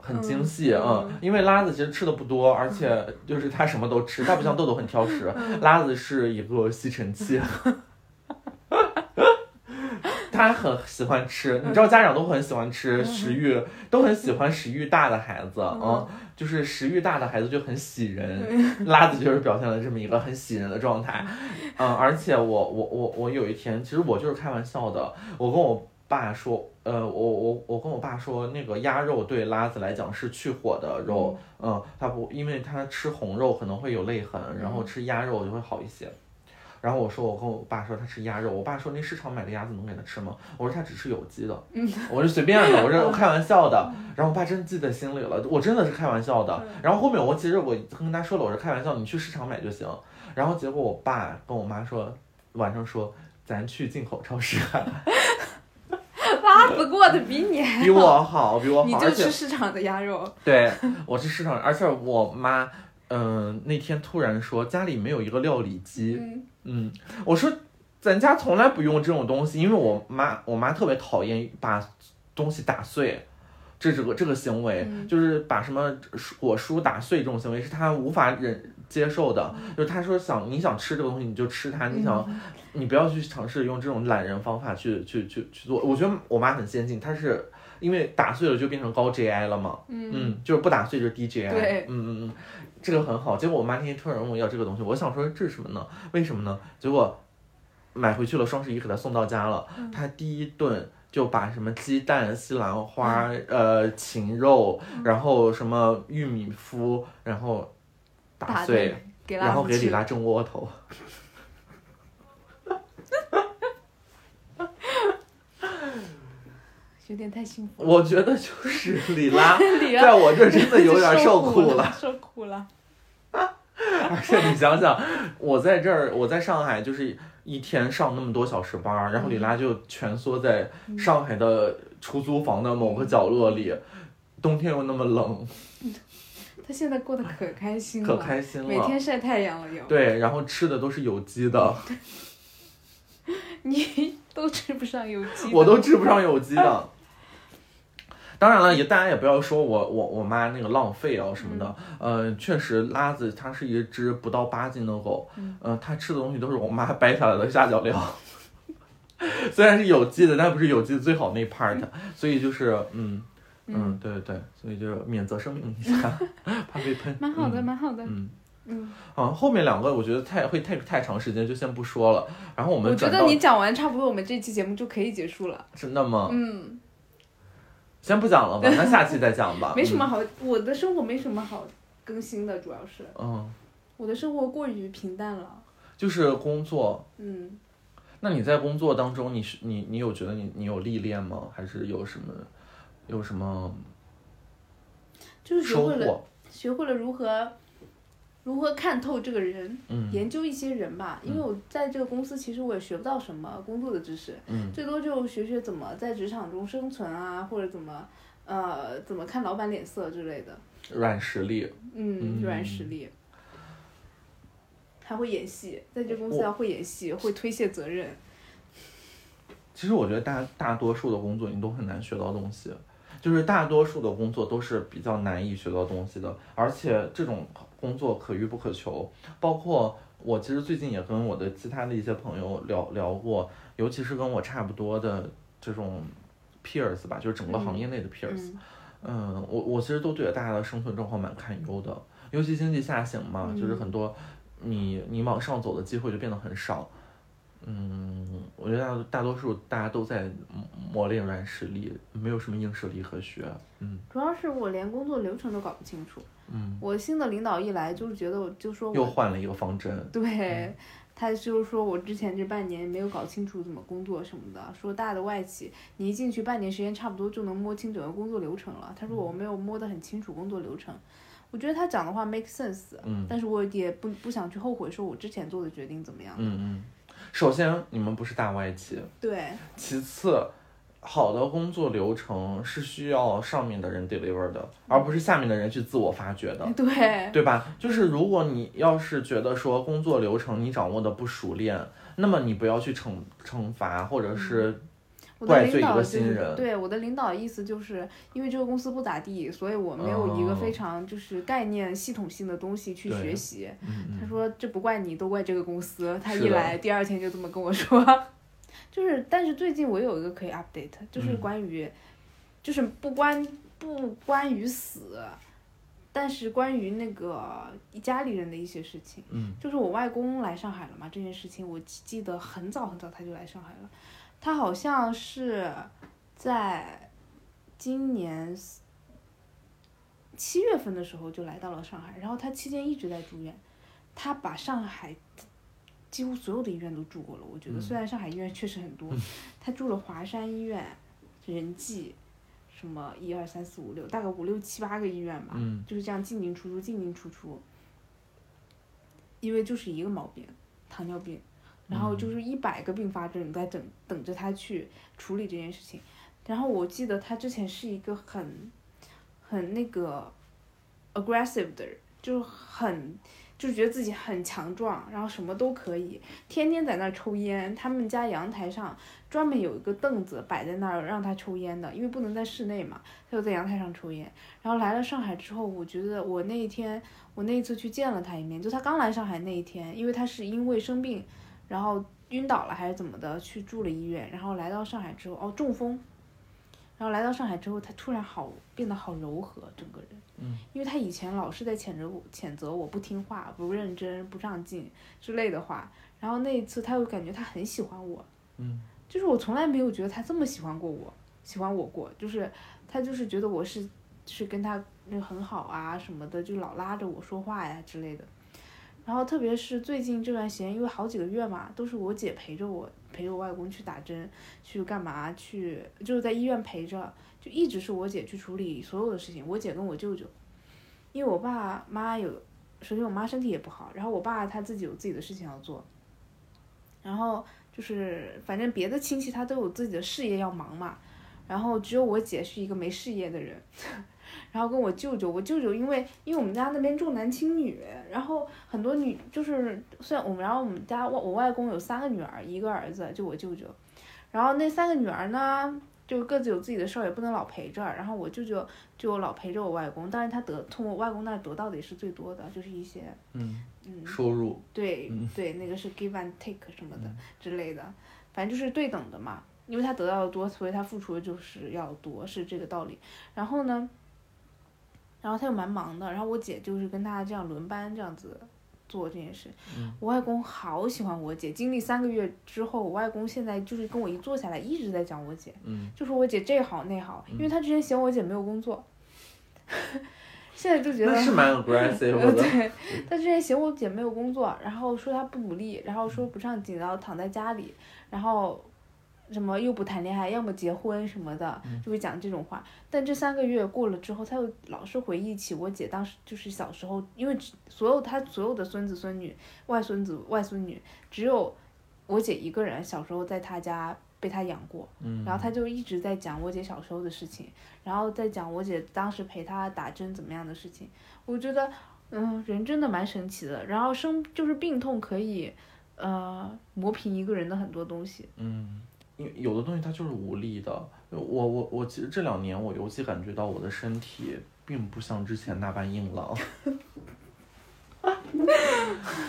Speaker 2: 很精细，
Speaker 1: 嗯
Speaker 2: 嗯，因为拉子其实吃的不多，而且就是他什么都吃，他不像豆豆很挑食，拉子是一个吸尘器， 他很喜欢吃，你知道家长都很喜欢吃，食欲都很喜欢食欲大的孩子，嗯，就是食欲大的孩子就很喜 人，拉子就是表现了这么一个很喜人的状态，嗯，而且我我我我有一天，其实我就是开玩笑的，我跟我爸说，呃，我我我跟我爸说，那个鸭肉对拉子来讲是去火的肉，嗯，他不，因为他吃红肉可能会有泪痕，然后吃鸭肉就会好一些。然后我说，我跟我爸说他吃鸭肉，我爸说那市场买的鸭子能给他吃吗？我说他只吃有机的，我是随便的，我这我开玩笑的。然后我爸真记在心里了，我真的是开玩笑的。然后后面我其实我跟他说了，我是开玩笑，你去市场买就行。然后结果我爸跟我妈说，晚上说咱去进口超市看，
Speaker 1: 拉子过得比你还
Speaker 2: 比我好，比我
Speaker 1: 你
Speaker 2: 嗯好，
Speaker 1: 就
Speaker 2: 而且
Speaker 1: 吃市场的鸭肉，
Speaker 2: 对我去市场，而且我妈。嗯，那天突然说家里没有一个料理机，
Speaker 1: 嗯
Speaker 2: 嗯，我说咱家从来不用这种东西，因为我妈我妈特别讨厌把东西打碎，这这个这个行为，
Speaker 1: 嗯
Speaker 2: 就是把什么果蔬打碎这种行为是他无法忍接受的。就是他说想你想吃这个东西你就吃它，你
Speaker 1: 嗯
Speaker 2: 想你不要去尝试用这种懒人方法去去去去做。我觉得我妈很先进，她是因为打碎了就变成高 GI 了嘛，嗯就是不打碎就是低 GI，
Speaker 1: 对
Speaker 2: 嗯嗯嗯，这个很好。结果我妈那天突然问我要这个东西，我想说这是什么呢？为什么呢？结果买回去了，双十一给她送到家了，
Speaker 1: 嗯
Speaker 2: 她第一顿。就把什么鸡蛋、西兰花、
Speaker 1: 嗯
Speaker 2: 呃禽肉，然后什么玉米麸，然后打碎，
Speaker 1: 打给拉
Speaker 2: 然后
Speaker 1: 夫
Speaker 2: 给
Speaker 1: 吃
Speaker 2: 李拉蒸窝头。
Speaker 1: 有点太幸福了。
Speaker 2: 我觉得就是李拉
Speaker 1: 李拉
Speaker 2: 在我这 真的有点受苦了。
Speaker 1: 了，受苦了。
Speaker 2: 而且你想想，我在这儿，我在上海就是一天上那么多小时班儿，然后李拉就蜷缩在上海的出租房的某个角落里，冬天又那么冷，
Speaker 1: 他现在过得可开心了，
Speaker 2: 可开心
Speaker 1: 每
Speaker 2: 了。
Speaker 1: 天晒太阳了又。
Speaker 2: 对，然后吃的都是有机的，
Speaker 1: 你都吃不上有机的，
Speaker 2: 我都吃不上有机的。当然了，也大家也不要说我我我妈那个浪费啊什么的，
Speaker 1: 嗯
Speaker 2: 呃，确实拉子它是一只不到八斤的狗，
Speaker 1: 嗯
Speaker 2: 呃，它吃的东西都是我妈掰下来的下脚料， 虽然是有机的，但不是有机最好那 part，所以就是嗯嗯
Speaker 1: 嗯，
Speaker 2: 对对对，所以就免责声明一下，怕被喷，
Speaker 1: 蛮好的，
Speaker 2: 嗯
Speaker 1: 蛮好的。
Speaker 2: 嗯，
Speaker 1: 嗯，
Speaker 2: 好、像后面两个我觉得太会太太长时间，就先不说了。然后我
Speaker 1: 我
Speaker 2: 们
Speaker 1: 觉
Speaker 2: 转
Speaker 1: 得
Speaker 2: 到啊
Speaker 1: 你讲完差不多，我们这期节目就可以结束了。
Speaker 2: 是那么，
Speaker 1: 嗯，
Speaker 2: 先不讲了吧，那下期再讲吧。
Speaker 1: 没什
Speaker 2: 嗯
Speaker 1: 么好，我的生活没什么好更新的，主要是
Speaker 2: 嗯，
Speaker 1: 我的生活过于平淡了。
Speaker 2: 就是工作。
Speaker 1: 嗯，
Speaker 2: 那你在工作当中，你是你你有觉得你你有历练吗？还是有什么有什么
Speaker 1: 就是学
Speaker 2: 收
Speaker 1: 会了，
Speaker 2: 获？
Speaker 1: 学会了如何如何看透这个人，
Speaker 2: 嗯
Speaker 1: 研究一些人吧。因为我在这个公司，其实我也学不到什么工作的知识，
Speaker 2: 嗯
Speaker 1: 最多就学学怎么在职场中生存啊，或者怎么呃怎么看老板脸色之类的。
Speaker 2: 软实力。
Speaker 1: 嗯，软
Speaker 2: 嗯
Speaker 1: 实力，还会演戏，在这公司
Speaker 2: 我
Speaker 1: 要会演戏，会推卸责任。
Speaker 2: 其实我觉得大大多数的工作你都很难学到东西，就是大多数的工作都是比较难以学到东西的，而且这种工作可遇不可求。包括我其实最近也跟我的其他的一些朋友聊聊过，尤其是跟我差不多的这种 peers 吧，就是整个行业内的 peers。
Speaker 1: 嗯，
Speaker 2: 嗯，我我其实都对大家的生存状况蛮堪忧的，尤其经济下行嘛，
Speaker 1: 嗯
Speaker 2: 就是很多你你往上走的机会就变得很少。嗯，我觉得大大多数大家都在磨磨练软实力，没有什么硬实力可学。嗯
Speaker 1: 主要是我连工作流程都搞不清楚。
Speaker 2: 嗯，
Speaker 1: 我新的领导一来，就是觉得我就说
Speaker 2: 又
Speaker 1: 我
Speaker 2: 换了一个方针，嗯
Speaker 1: 对，他就是说我之前这半年没有搞清楚怎么工作什么的，说大的外企，你一进去半年时间差不多就能摸清整个工作流程了。他说
Speaker 2: 嗯
Speaker 1: 我没有摸得很清楚工作流程，我觉得他讲的话 make sense，
Speaker 2: 嗯
Speaker 1: 但是我也不不想去后悔，说我之前做的决定怎么样。
Speaker 2: 嗯嗯。首先，你们不是大外企，
Speaker 1: 对，
Speaker 2: 其次，好的工作流程是需要上面的人 deliver 的，而不是下面的人去自我发掘的。
Speaker 1: 对，
Speaker 2: 对吧？就是如果你要是觉得说工作流程你掌握的不熟练，那么你不要去惩惩罚，或
Speaker 1: 嗯
Speaker 2: 者是
Speaker 1: 我的
Speaker 2: 怪
Speaker 1: 领
Speaker 2: 罪一
Speaker 1: 导
Speaker 2: 个
Speaker 1: 就是
Speaker 2: 新人
Speaker 1: 对我的领导意思就是因为这个公司不咋地，所以我没有一个非常就是概念系统性的东西去
Speaker 2: 哦对
Speaker 1: 学习。
Speaker 2: 嗯
Speaker 1: 他说这不怪你，都怪这个公司。他
Speaker 2: 是
Speaker 1: 一
Speaker 2: 的
Speaker 1: 来第二天就这么跟我说， 就是但是最近我有一个可以 update，就是
Speaker 2: 嗯
Speaker 1: 关于，就是不关不关于死，但是关于那个家里人的一些事情。
Speaker 2: 嗯
Speaker 1: 就是我外公来上海了嘛，这件事情我记记得很早很早他就来上海了，他好像是在今年七月份的时候就来到了上海，然后他期间一直在住院，他把上海几乎所有的医院都住过了。我觉得
Speaker 2: 嗯
Speaker 1: 虽然上海医院确实很多，他住了华山医院、仁济，什么一二三四五六，大概五六七八个医院吧。
Speaker 2: 嗯
Speaker 1: 就是这样进进出出，进进出出。因为就是一个毛病，糖尿病，然后就是一百个并发症在等等着他去处理这件事情。然后我记得他之前是一个很很那个 aggressive 的人，就是很就觉得自己很强壮，然后什么都可以，天天在那儿抽烟。他们家阳台上专门有一个凳子摆在那儿让他抽烟的，因为不能在室内嘛，他就在阳台上抽烟。然后来了上海之后，我觉得我那一天，我那一次去见了他一面，就他刚来上海那一天，因为他是因为生病，然后晕倒了还是怎么的，去住了医院，然后来到上海之后，哦中风，然后来到上海之后，他突然好变得好柔和，整个人。因为他以前老是在谴责我、谴责我不听话、不认真、不上进之类的话，然后那一次他又感觉他很喜欢我，
Speaker 2: 嗯，
Speaker 1: 就是我从来没有觉得他这么喜欢过我，喜欢我过，就是他就是觉得我是就是跟他那很好啊什么的，就老拉着我说话呀之类的。然后特别是最近这段时间，因为好几个月嘛，都是我姐陪着我陪着我外公去打针，去干嘛去，就是在医院陪着，就一直是我姐去处理所有的事情，我姐跟我舅舅。因为我爸妈有，首先我妈身体也不好，然后我爸他自己有自己的事情要做，然后就是反正别的亲戚他都有自己的事业要忙嘛，然后只有我姐是一个没事业的人，然后跟我舅舅，我舅舅因为因为我们家那边重男轻女，然后很多女就是虽然我们然后我们家我我外公有三个女儿一个儿子就我舅舅，然后那三个女儿呢就各自有自己的事儿，也不能老陪着，然后我舅舅。就老陪着我外公，但是他得从我外公那儿得到的也是最多的，就是一些
Speaker 2: 嗯，
Speaker 1: 嗯，
Speaker 2: 收入，
Speaker 1: 对、
Speaker 2: 嗯
Speaker 1: 对，那个是 give and take 什么的、之类的，反正就是对等的嘛。因为他得到的多，所以他付出的就是要多，是这个道理。然后呢，然后他又蛮忙的，然后我姐就是跟他这样轮班这样子做这件事。
Speaker 2: 嗯
Speaker 1: 我外公好喜欢我姐，经历三个月之后，我外公现在就是跟我一坐下来一直在讲我姐。
Speaker 2: 嗯，
Speaker 1: 就说我姐这好那好，因为他之前嫌我姐没有工 作，现在就觉得
Speaker 2: 那 是蛮 aggressive 的，
Speaker 1: 对，他之前嫌我姐没有工作，然后说她不努力，然后说不上进，然后躺在家里，然后什么又不谈恋爱，要么结婚什么的，就会讲这种话。但这三个月过了之后，他又老是回忆起我姐当时就是小时候，因为只所有他所有的孙子孙女、外孙子外孙女，只有我姐一个人小时候在他家被他养过。
Speaker 2: 嗯，
Speaker 1: 然后他就一直在讲我姐小时候的事情，然后再讲我姐当时陪她打针怎么样的事情。我觉得，嗯，人真的蛮神奇的。然后生就是病痛可以，呃，磨平一个人的很多东西。
Speaker 2: 嗯，因为有的东西它就是无力的。我我我其实这两年我尤其感觉到我的身体并不像之前那般 硬朗，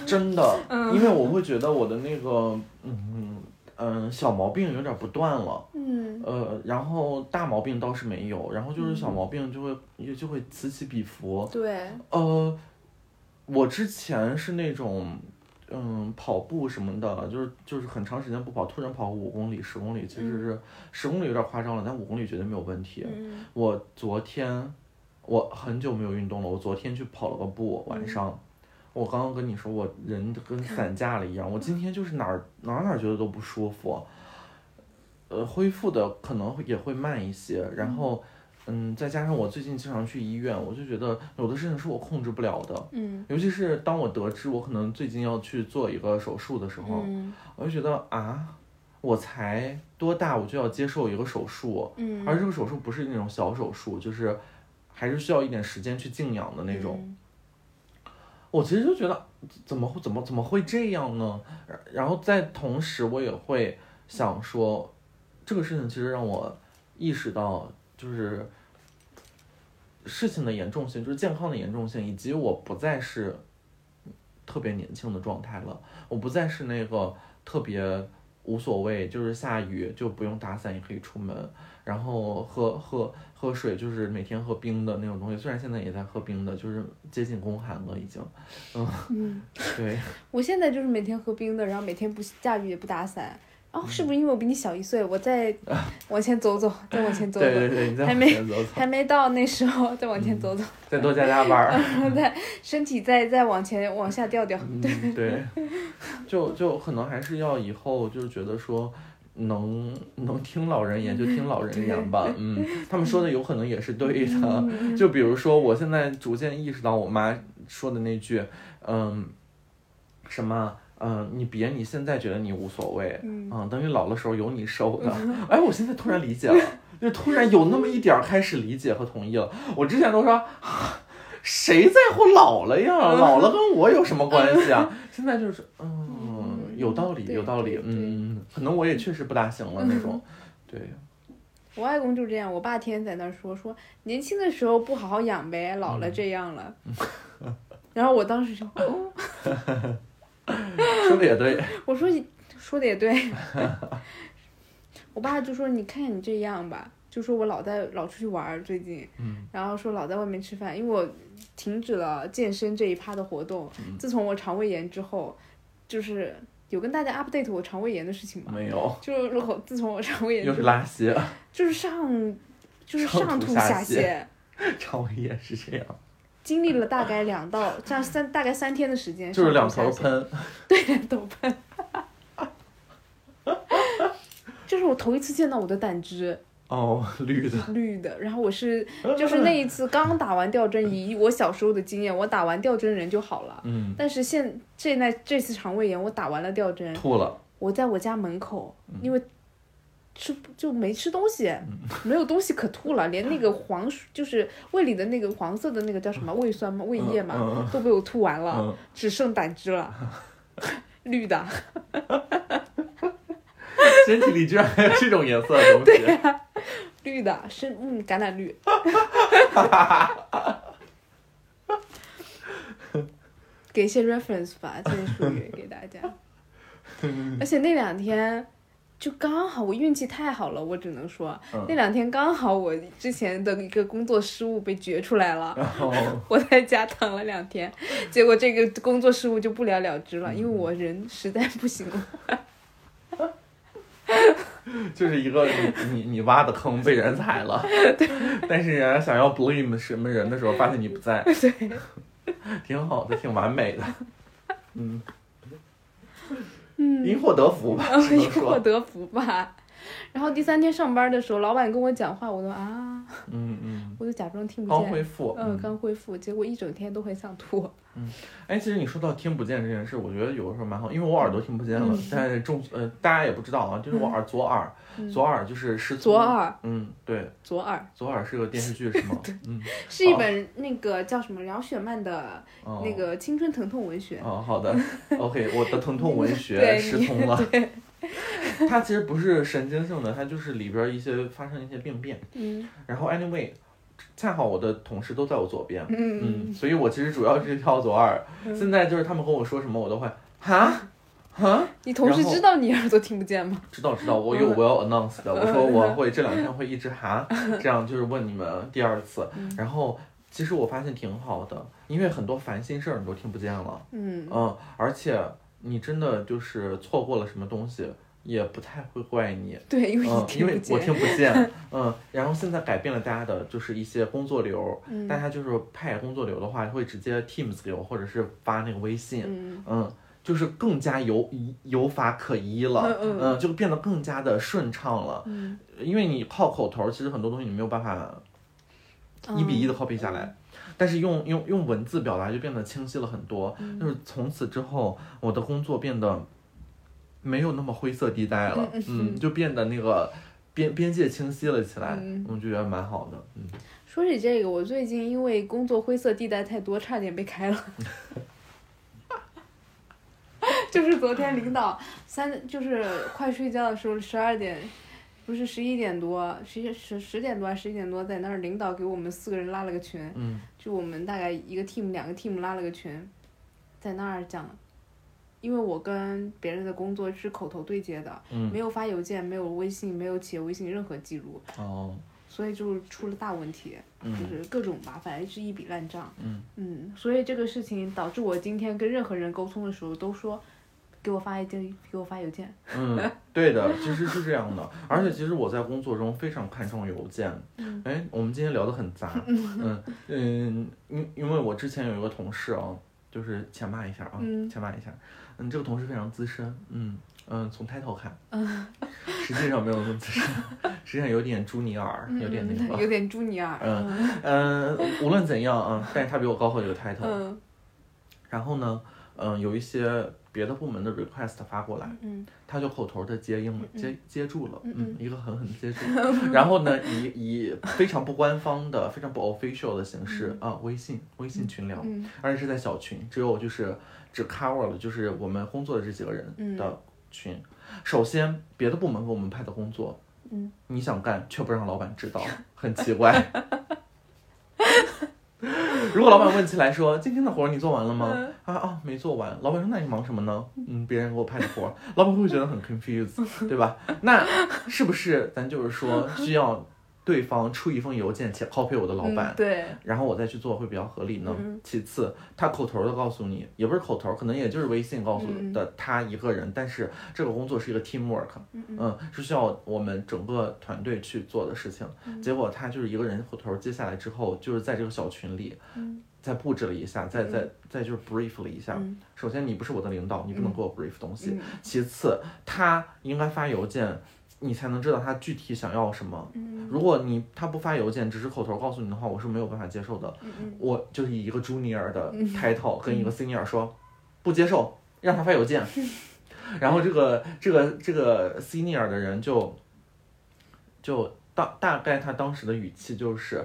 Speaker 2: 真的，
Speaker 1: 嗯
Speaker 2: 因为我会觉得我的那个嗯嗯小毛病有点不断了。
Speaker 1: 嗯
Speaker 2: 呃，然后大毛病倒是没有，然后就是小毛病就会、也就会此起彼伏。
Speaker 1: 对，
Speaker 2: 呃，我之前是那种，嗯，跑步什么的，就是就是很长时间不跑，突然跑五公里、十公里，其实是十公里有点夸张了，但五公里绝对没有问题。
Speaker 1: 嗯
Speaker 2: 我昨天我很久没有运动了，我昨天去跑了个步，晚上。我刚刚跟你说，我人跟散架了一样。我今天就是哪儿哪儿哪儿觉得都不舒服，呃，恢复的可能会也会慢一些。然后，嗯，再加上我最近经常去医院，我就觉得有的事情是我控制不了的。
Speaker 1: 嗯
Speaker 2: 尤其是当我得知我可能最近要去做一个手术的时候，
Speaker 1: 嗯
Speaker 2: 我就觉得啊，我才多大我就要接受一个手术，
Speaker 1: 嗯，
Speaker 2: 而这个手术不是那种小手术，就是还是需要一点时间去静养的那种。
Speaker 1: 嗯
Speaker 2: 我其实就觉得怎么会怎么怎么会这样呢？然然后在同时，我也会想说，这个事情其实让我意识到，就是事情的严重性，就是健康的严重性，以及我不再是特别年轻的状态了，我不再是那个特别无所谓，就是下雨就不用打伞也可以出门，然后喝喝喝水就是每天喝冰的那种东西，虽然现在也在喝冰的，就是接近宫寒了已经。
Speaker 1: 嗯，
Speaker 2: 对，
Speaker 1: 我现在就是每天喝冰的，然后每天不下雨也不打伞。哦，是
Speaker 2: 嗯
Speaker 1: 不是因为我比你小一岁？我 再往前走走，再往前走
Speaker 2: 对
Speaker 1: 走，
Speaker 2: 对对，你再
Speaker 1: 还
Speaker 2: 往
Speaker 1: 没
Speaker 2: 前走走，
Speaker 1: 还没到那时候，再往前走走。
Speaker 2: 再多加加班儿。
Speaker 1: 再身体再再往前往下掉掉。
Speaker 2: 嗯，对， 就就可能还是要以后就是觉得说。能能听老人言就听老人言吧，嗯，他们说的有可能也是对的。就比如说，我现在逐渐意识到我妈说的那句，嗯，什么，嗯，你别你现在觉得你无所谓，
Speaker 1: 嗯
Speaker 2: 啊，等你老的时候有你收的。哎，我现在突然理解了，就突然有那么一点儿开始理解和同意了。我之前都说，啊谁在乎老了呀？老了跟我有什么关 系啊？现在就是，嗯，
Speaker 1: 嗯
Speaker 2: 有道理，
Speaker 1: 对
Speaker 2: 有道理
Speaker 1: 对，对嗯
Speaker 2: 嗯，可能我也确实不大行了那种，对，
Speaker 1: 我外公就这样，我爸天天在那儿说说年轻的时候不好好养呗，老了这样了。 然后我当时就，哦，
Speaker 2: 说的也 对，
Speaker 1: 我说你说的也对。 我爸就说你看你这样吧，就说我老在老出去玩儿最近，
Speaker 2: 嗯
Speaker 1: 然后说老在外面吃饭，因为我停止了健身这一趴的活动。
Speaker 2: 嗯
Speaker 1: 自从我肠胃炎之后，就是有跟大家 update 我肠胃炎的事情嘛，
Speaker 2: 没有，
Speaker 1: 就是 我自从我肠胃炎
Speaker 2: 又是
Speaker 1: 之后，
Speaker 2: 拉稀，
Speaker 1: 就是上就是
Speaker 2: 上
Speaker 1: 上
Speaker 2: 吐
Speaker 1: 吐
Speaker 2: 下
Speaker 1: 下
Speaker 2: 泻
Speaker 1: 泻。
Speaker 2: 肠胃炎是这样，
Speaker 1: 经历了大概两到这样三大概三天的时间，
Speaker 2: 就是两
Speaker 1: 上
Speaker 2: 头
Speaker 1: 吐下泻，
Speaker 2: 喷，
Speaker 1: 对，两头喷。这是我头一次见到我的胆汁
Speaker 2: 哦，绿 的，
Speaker 1: 绿的，然后我是就是那一次刚打完吊针，以我小时候的经验，我打完吊针人就好了。
Speaker 2: 嗯，
Speaker 1: 但是现这那这次肠胃炎，我打完了吊针，
Speaker 2: 吐了，
Speaker 1: 我在我家门口，
Speaker 2: 嗯
Speaker 1: 因为吃不就没吃东西， 没有东西可吐了，连那个黄就是胃里的那个黄色的那个叫 什么胃酸嘛、胃液嘛，
Speaker 2: 嗯
Speaker 1: 都被我吐完了，
Speaker 2: 嗯，
Speaker 1: 只剩胆汁 了，绿的。
Speaker 2: 身体里居然还有这种颜色的东 西，
Speaker 1: 绿的深嗯橄榄绿。 给一些 reference 吧，这些术语给大家。 而且那两天就刚好我运气太好了，我只能说、
Speaker 2: 嗯
Speaker 1: 那两天刚好我之前的一个工作失误被掘出来了，
Speaker 2: 然后
Speaker 1: 我在家躺了两天，结果这个工作失误就不了了之了，因为我人实在不行了。
Speaker 2: 就是一个你 你你挖的坑被人踩了，但是人家想要 blame 什么人的时候，发现你不在，
Speaker 1: 对，
Speaker 2: 挺好的，挺完 美的，嗯，
Speaker 1: 嗯。
Speaker 2: 因祸得福吧， 只
Speaker 1: 因
Speaker 2: 能
Speaker 1: 祸
Speaker 2: 说，
Speaker 1: 得福吧。然后第三天上班的时候，老板跟我讲话，我都啊，
Speaker 2: 嗯嗯，
Speaker 1: 我就假装听
Speaker 2: 刚
Speaker 1: 不见。
Speaker 2: 恢复，
Speaker 1: 嗯，刚恢复，结果一整天都很想吐。
Speaker 2: 哎，其实你说到听不见这件事，我觉得有的时候蛮好，因为我耳朵听不见
Speaker 1: 嗯
Speaker 2: 了，但是重呃大家也不知道啊，就是我耳左耳、左耳就是失
Speaker 1: 嗯
Speaker 2: 聪
Speaker 1: 左，耳，
Speaker 2: 嗯对，
Speaker 1: 左耳
Speaker 2: 左耳是个电视剧是 吗？嗯
Speaker 1: 是一本那个叫什么饶雪漫的
Speaker 2: 哦
Speaker 1: 那个青春疼痛文学。
Speaker 2: 哦好 的，OK，我的疼痛文学
Speaker 1: 对
Speaker 2: 失
Speaker 1: 你
Speaker 2: 聪了， 它其实不是神经性的，它就是里边一些发生一些病变，
Speaker 1: 嗯
Speaker 2: 然后 anyway。恰好我的同事都在我左边，
Speaker 1: 嗯，
Speaker 2: 嗯，所以我其实主要是跳左耳。现在就是他们跟我说什么，我都会哈哈，
Speaker 1: 你同事
Speaker 2: 然后
Speaker 1: 知道你耳朵听不见吗？
Speaker 2: 知道知道，我
Speaker 1: 嗯
Speaker 2: 有我要 announce 的，我说我会这两天会一 直哈，这样就是问你们第二次，
Speaker 1: 嗯
Speaker 2: 然后其实我发现挺好的，因为很多烦心事儿你都听不见了，
Speaker 1: 嗯，
Speaker 2: 嗯，而且你真的就是错过了什么东西。也不太会怪你，
Speaker 1: 对，因为你
Speaker 2: 嗯，因
Speaker 1: 听不
Speaker 2: 为我
Speaker 1: 见。
Speaker 2: 听不 见，嗯，然后现在改变了大家的就是一些工作流，
Speaker 1: 嗯
Speaker 2: 大家就是派工作流的话，会直接 Teams 给我，或者是发那个微信，
Speaker 1: 嗯
Speaker 2: 嗯，就是更加有有法可依了，
Speaker 1: 嗯嗯
Speaker 2: 就变得更加的顺畅了。
Speaker 1: 嗯，
Speaker 2: 因为你靠口头儿，其实很多东西你没有办法
Speaker 1: 嗯
Speaker 2: 一比一的 copy 下来，但是用用用文字表达就变得清晰了很多。就是从此之后，我的工作变得没有那么灰色地带了，嗯，就变得那个边边界清晰了起来，
Speaker 1: 嗯
Speaker 2: 我觉得蛮好的，嗯。
Speaker 1: 说起这个，我最近因为工作灰色地带太多，差点被开了。 就是昨天领导三，就是快睡觉的时候，十二点，不是十一点多，十十十点多还是十一点多，在那儿领导给我们四个人拉了个群，
Speaker 2: 嗯
Speaker 1: 就我们大概一个 team 两个 team 拉了个群，在那儿讲，因为我跟别人的工作是口头对接的，
Speaker 2: 嗯
Speaker 1: 没有发邮件，没有微信，没有企业微信任何记录，
Speaker 2: 哦，
Speaker 1: 所以就是出了大问题，
Speaker 2: 嗯
Speaker 1: 就是各种吧，反正是一笔烂账。
Speaker 2: 嗯
Speaker 1: 所以这个事情导致我今天跟任何人沟通的时候都说，给我发一件，给我发邮件。
Speaker 2: 嗯，对的，其实是这 样的，而且其实我在工作中非常看重邮件。
Speaker 1: 嗯
Speaker 2: 哎，我们今天聊得 很杂，嗯嗯，因因为我之前有一个同事啊，就是前骂一下啊，
Speaker 1: 嗯
Speaker 2: 前骂一下，嗯，这个同事非常资深，嗯嗯，从 title 看，
Speaker 1: 嗯
Speaker 2: 实际上没有那么资 深，实际上有点朱尼尔，啊有点那
Speaker 1: 嗯
Speaker 2: 个，
Speaker 1: 有点朱尼尔。
Speaker 2: 嗯嗯，无论怎样啊，但是他比我高好几个 title，
Speaker 1: 嗯
Speaker 2: 然后呢，嗯、有一些别的部门的 request 发过来，
Speaker 1: 嗯，
Speaker 2: 他就口头的接应了，接接住了，
Speaker 1: 嗯
Speaker 2: 嗯，一个狠狠的接住， 然后呢，以以非常不官方的、非常不 official 的形式啊，微信微信群聊，
Speaker 1: 嗯
Speaker 2: 而且是在小群，只有就是只 cover 了就是我们工作的这几个
Speaker 1: 嗯
Speaker 2: 人的群。首先，别的部门给我们派的工作，
Speaker 1: 嗯，
Speaker 2: 你想干却不让老板知 道，很奇怪。 如果老板问起 来说：“今天的活儿你做完了吗？”
Speaker 1: 嗯
Speaker 2: 啊啊，没做完。老板说：“那你忙什么呢？”嗯，别人给我派的活儿， 老板会觉得很 confused，对吧？那是不是咱就是说需要对方出一封邮件且 copy 我的老板，
Speaker 1: 嗯对，
Speaker 2: 然后我再去做会比较合理呢。
Speaker 1: 嗯
Speaker 2: 其次，他口头的告诉你，也不是口头，可能也就是微信告诉的他一个人，但是这个工作是一个 teamwork，
Speaker 1: 嗯
Speaker 2: 是需要我们整个团队去做的事情。
Speaker 1: 嗯
Speaker 2: 结果他就是一个人口头接下来之后，就是在这个小群里
Speaker 1: 嗯
Speaker 2: 再布置了一下，再再再就是 brief 了一下。
Speaker 1: 嗯
Speaker 2: 首先，你不是我的领导，你不能给我 brief 东西。
Speaker 1: 嗯
Speaker 2: 其次，他应该发邮件，你才能知道他具体想要什么。
Speaker 1: 嗯
Speaker 2: 如果你他不发邮件，只是口头告诉你的话，我是没有办法接受的。
Speaker 1: 嗯
Speaker 2: 我就是以一个 junior 的 title 跟一个 senior 说，不接受，让他发邮件。
Speaker 1: 嗯
Speaker 2: 然后这个这个这个 senior 的人就就大大概他当时的语气就是，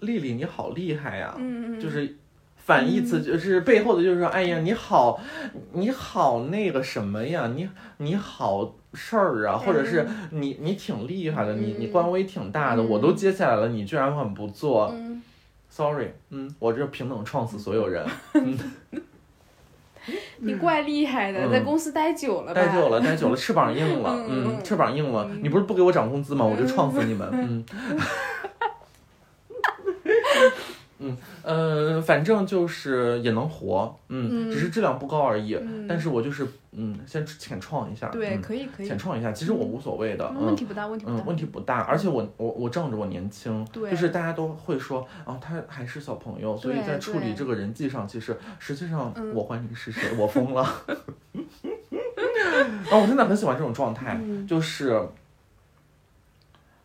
Speaker 2: 丽丽你好厉害呀、
Speaker 1: 嗯嗯，
Speaker 2: 啊就是反义词，就是背后的就是说，哎呀，你好，你好那个什么呀，你你好事儿啊，或者是你你挺厉害的，你你官威挺大的，我都接下来了，你居然很不做
Speaker 1: 嗯
Speaker 2: ，sorry，嗯，我这平等撞死所有人，嗯，
Speaker 1: 你怪厉害的，
Speaker 2: 嗯
Speaker 1: 在公司待久了吧？
Speaker 2: 待久了，待久了，翅膀硬了，
Speaker 1: 嗯
Speaker 2: 嗯，翅膀硬了，你不是不给我涨工资吗？我就撞死你们，嗯。嗯， 呃，反正就是也能活，嗯，
Speaker 1: 嗯
Speaker 2: 只是质量不高而已。
Speaker 1: 嗯
Speaker 2: 但是我就是嗯，先浅创一下，
Speaker 1: 对，
Speaker 2: 嗯
Speaker 1: 可以可以
Speaker 2: 浅，创一下，其实我无所谓的，
Speaker 1: 嗯问
Speaker 2: 嗯。
Speaker 1: 题不大，问题不
Speaker 2: 嗯，
Speaker 1: 大。
Speaker 2: 问题不大，而且我我我仗着我年轻，
Speaker 1: 对
Speaker 2: 就是大家都会说啊，他还是小朋友，所以
Speaker 1: 对
Speaker 2: 在处理
Speaker 1: 对
Speaker 2: 这个人际上，其实实际上
Speaker 1: 嗯
Speaker 2: 我还你是谁，我疯了。 啊，我真的很喜欢这种状态，
Speaker 1: 嗯
Speaker 2: 就是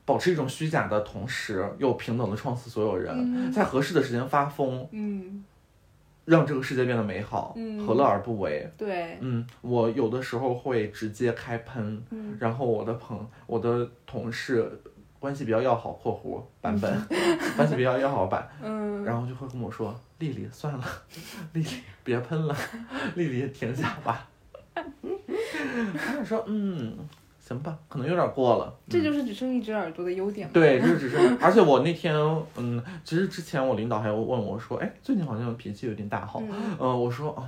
Speaker 2: 保持一种虚假的同时，又平等的创死所有人，
Speaker 1: 嗯
Speaker 2: 在合适的时间发疯，
Speaker 1: 嗯，
Speaker 2: 让这个世界变得美好，
Speaker 1: 嗯
Speaker 2: 何乐而不为？
Speaker 1: 对，
Speaker 2: 嗯，我有的时候会直接开喷，
Speaker 1: 嗯
Speaker 2: 然后我的朋我的同事关系比较要好（括弧版本）， 关系比较要好版，
Speaker 1: 嗯
Speaker 2: 然后就会跟我说：“丽丽，算了，丽丽别喷了，丽丽停下吧。”我想说，嗯，行吧，可能有点过了。
Speaker 1: 这就是只剩一只耳朵的优点嘛。
Speaker 2: 嗯对，这只是，而且我那天，嗯，其实之前我领导还问我说，哎，最近好像脾气有点大好，
Speaker 1: 嗯
Speaker 2: 嗯，我说啊，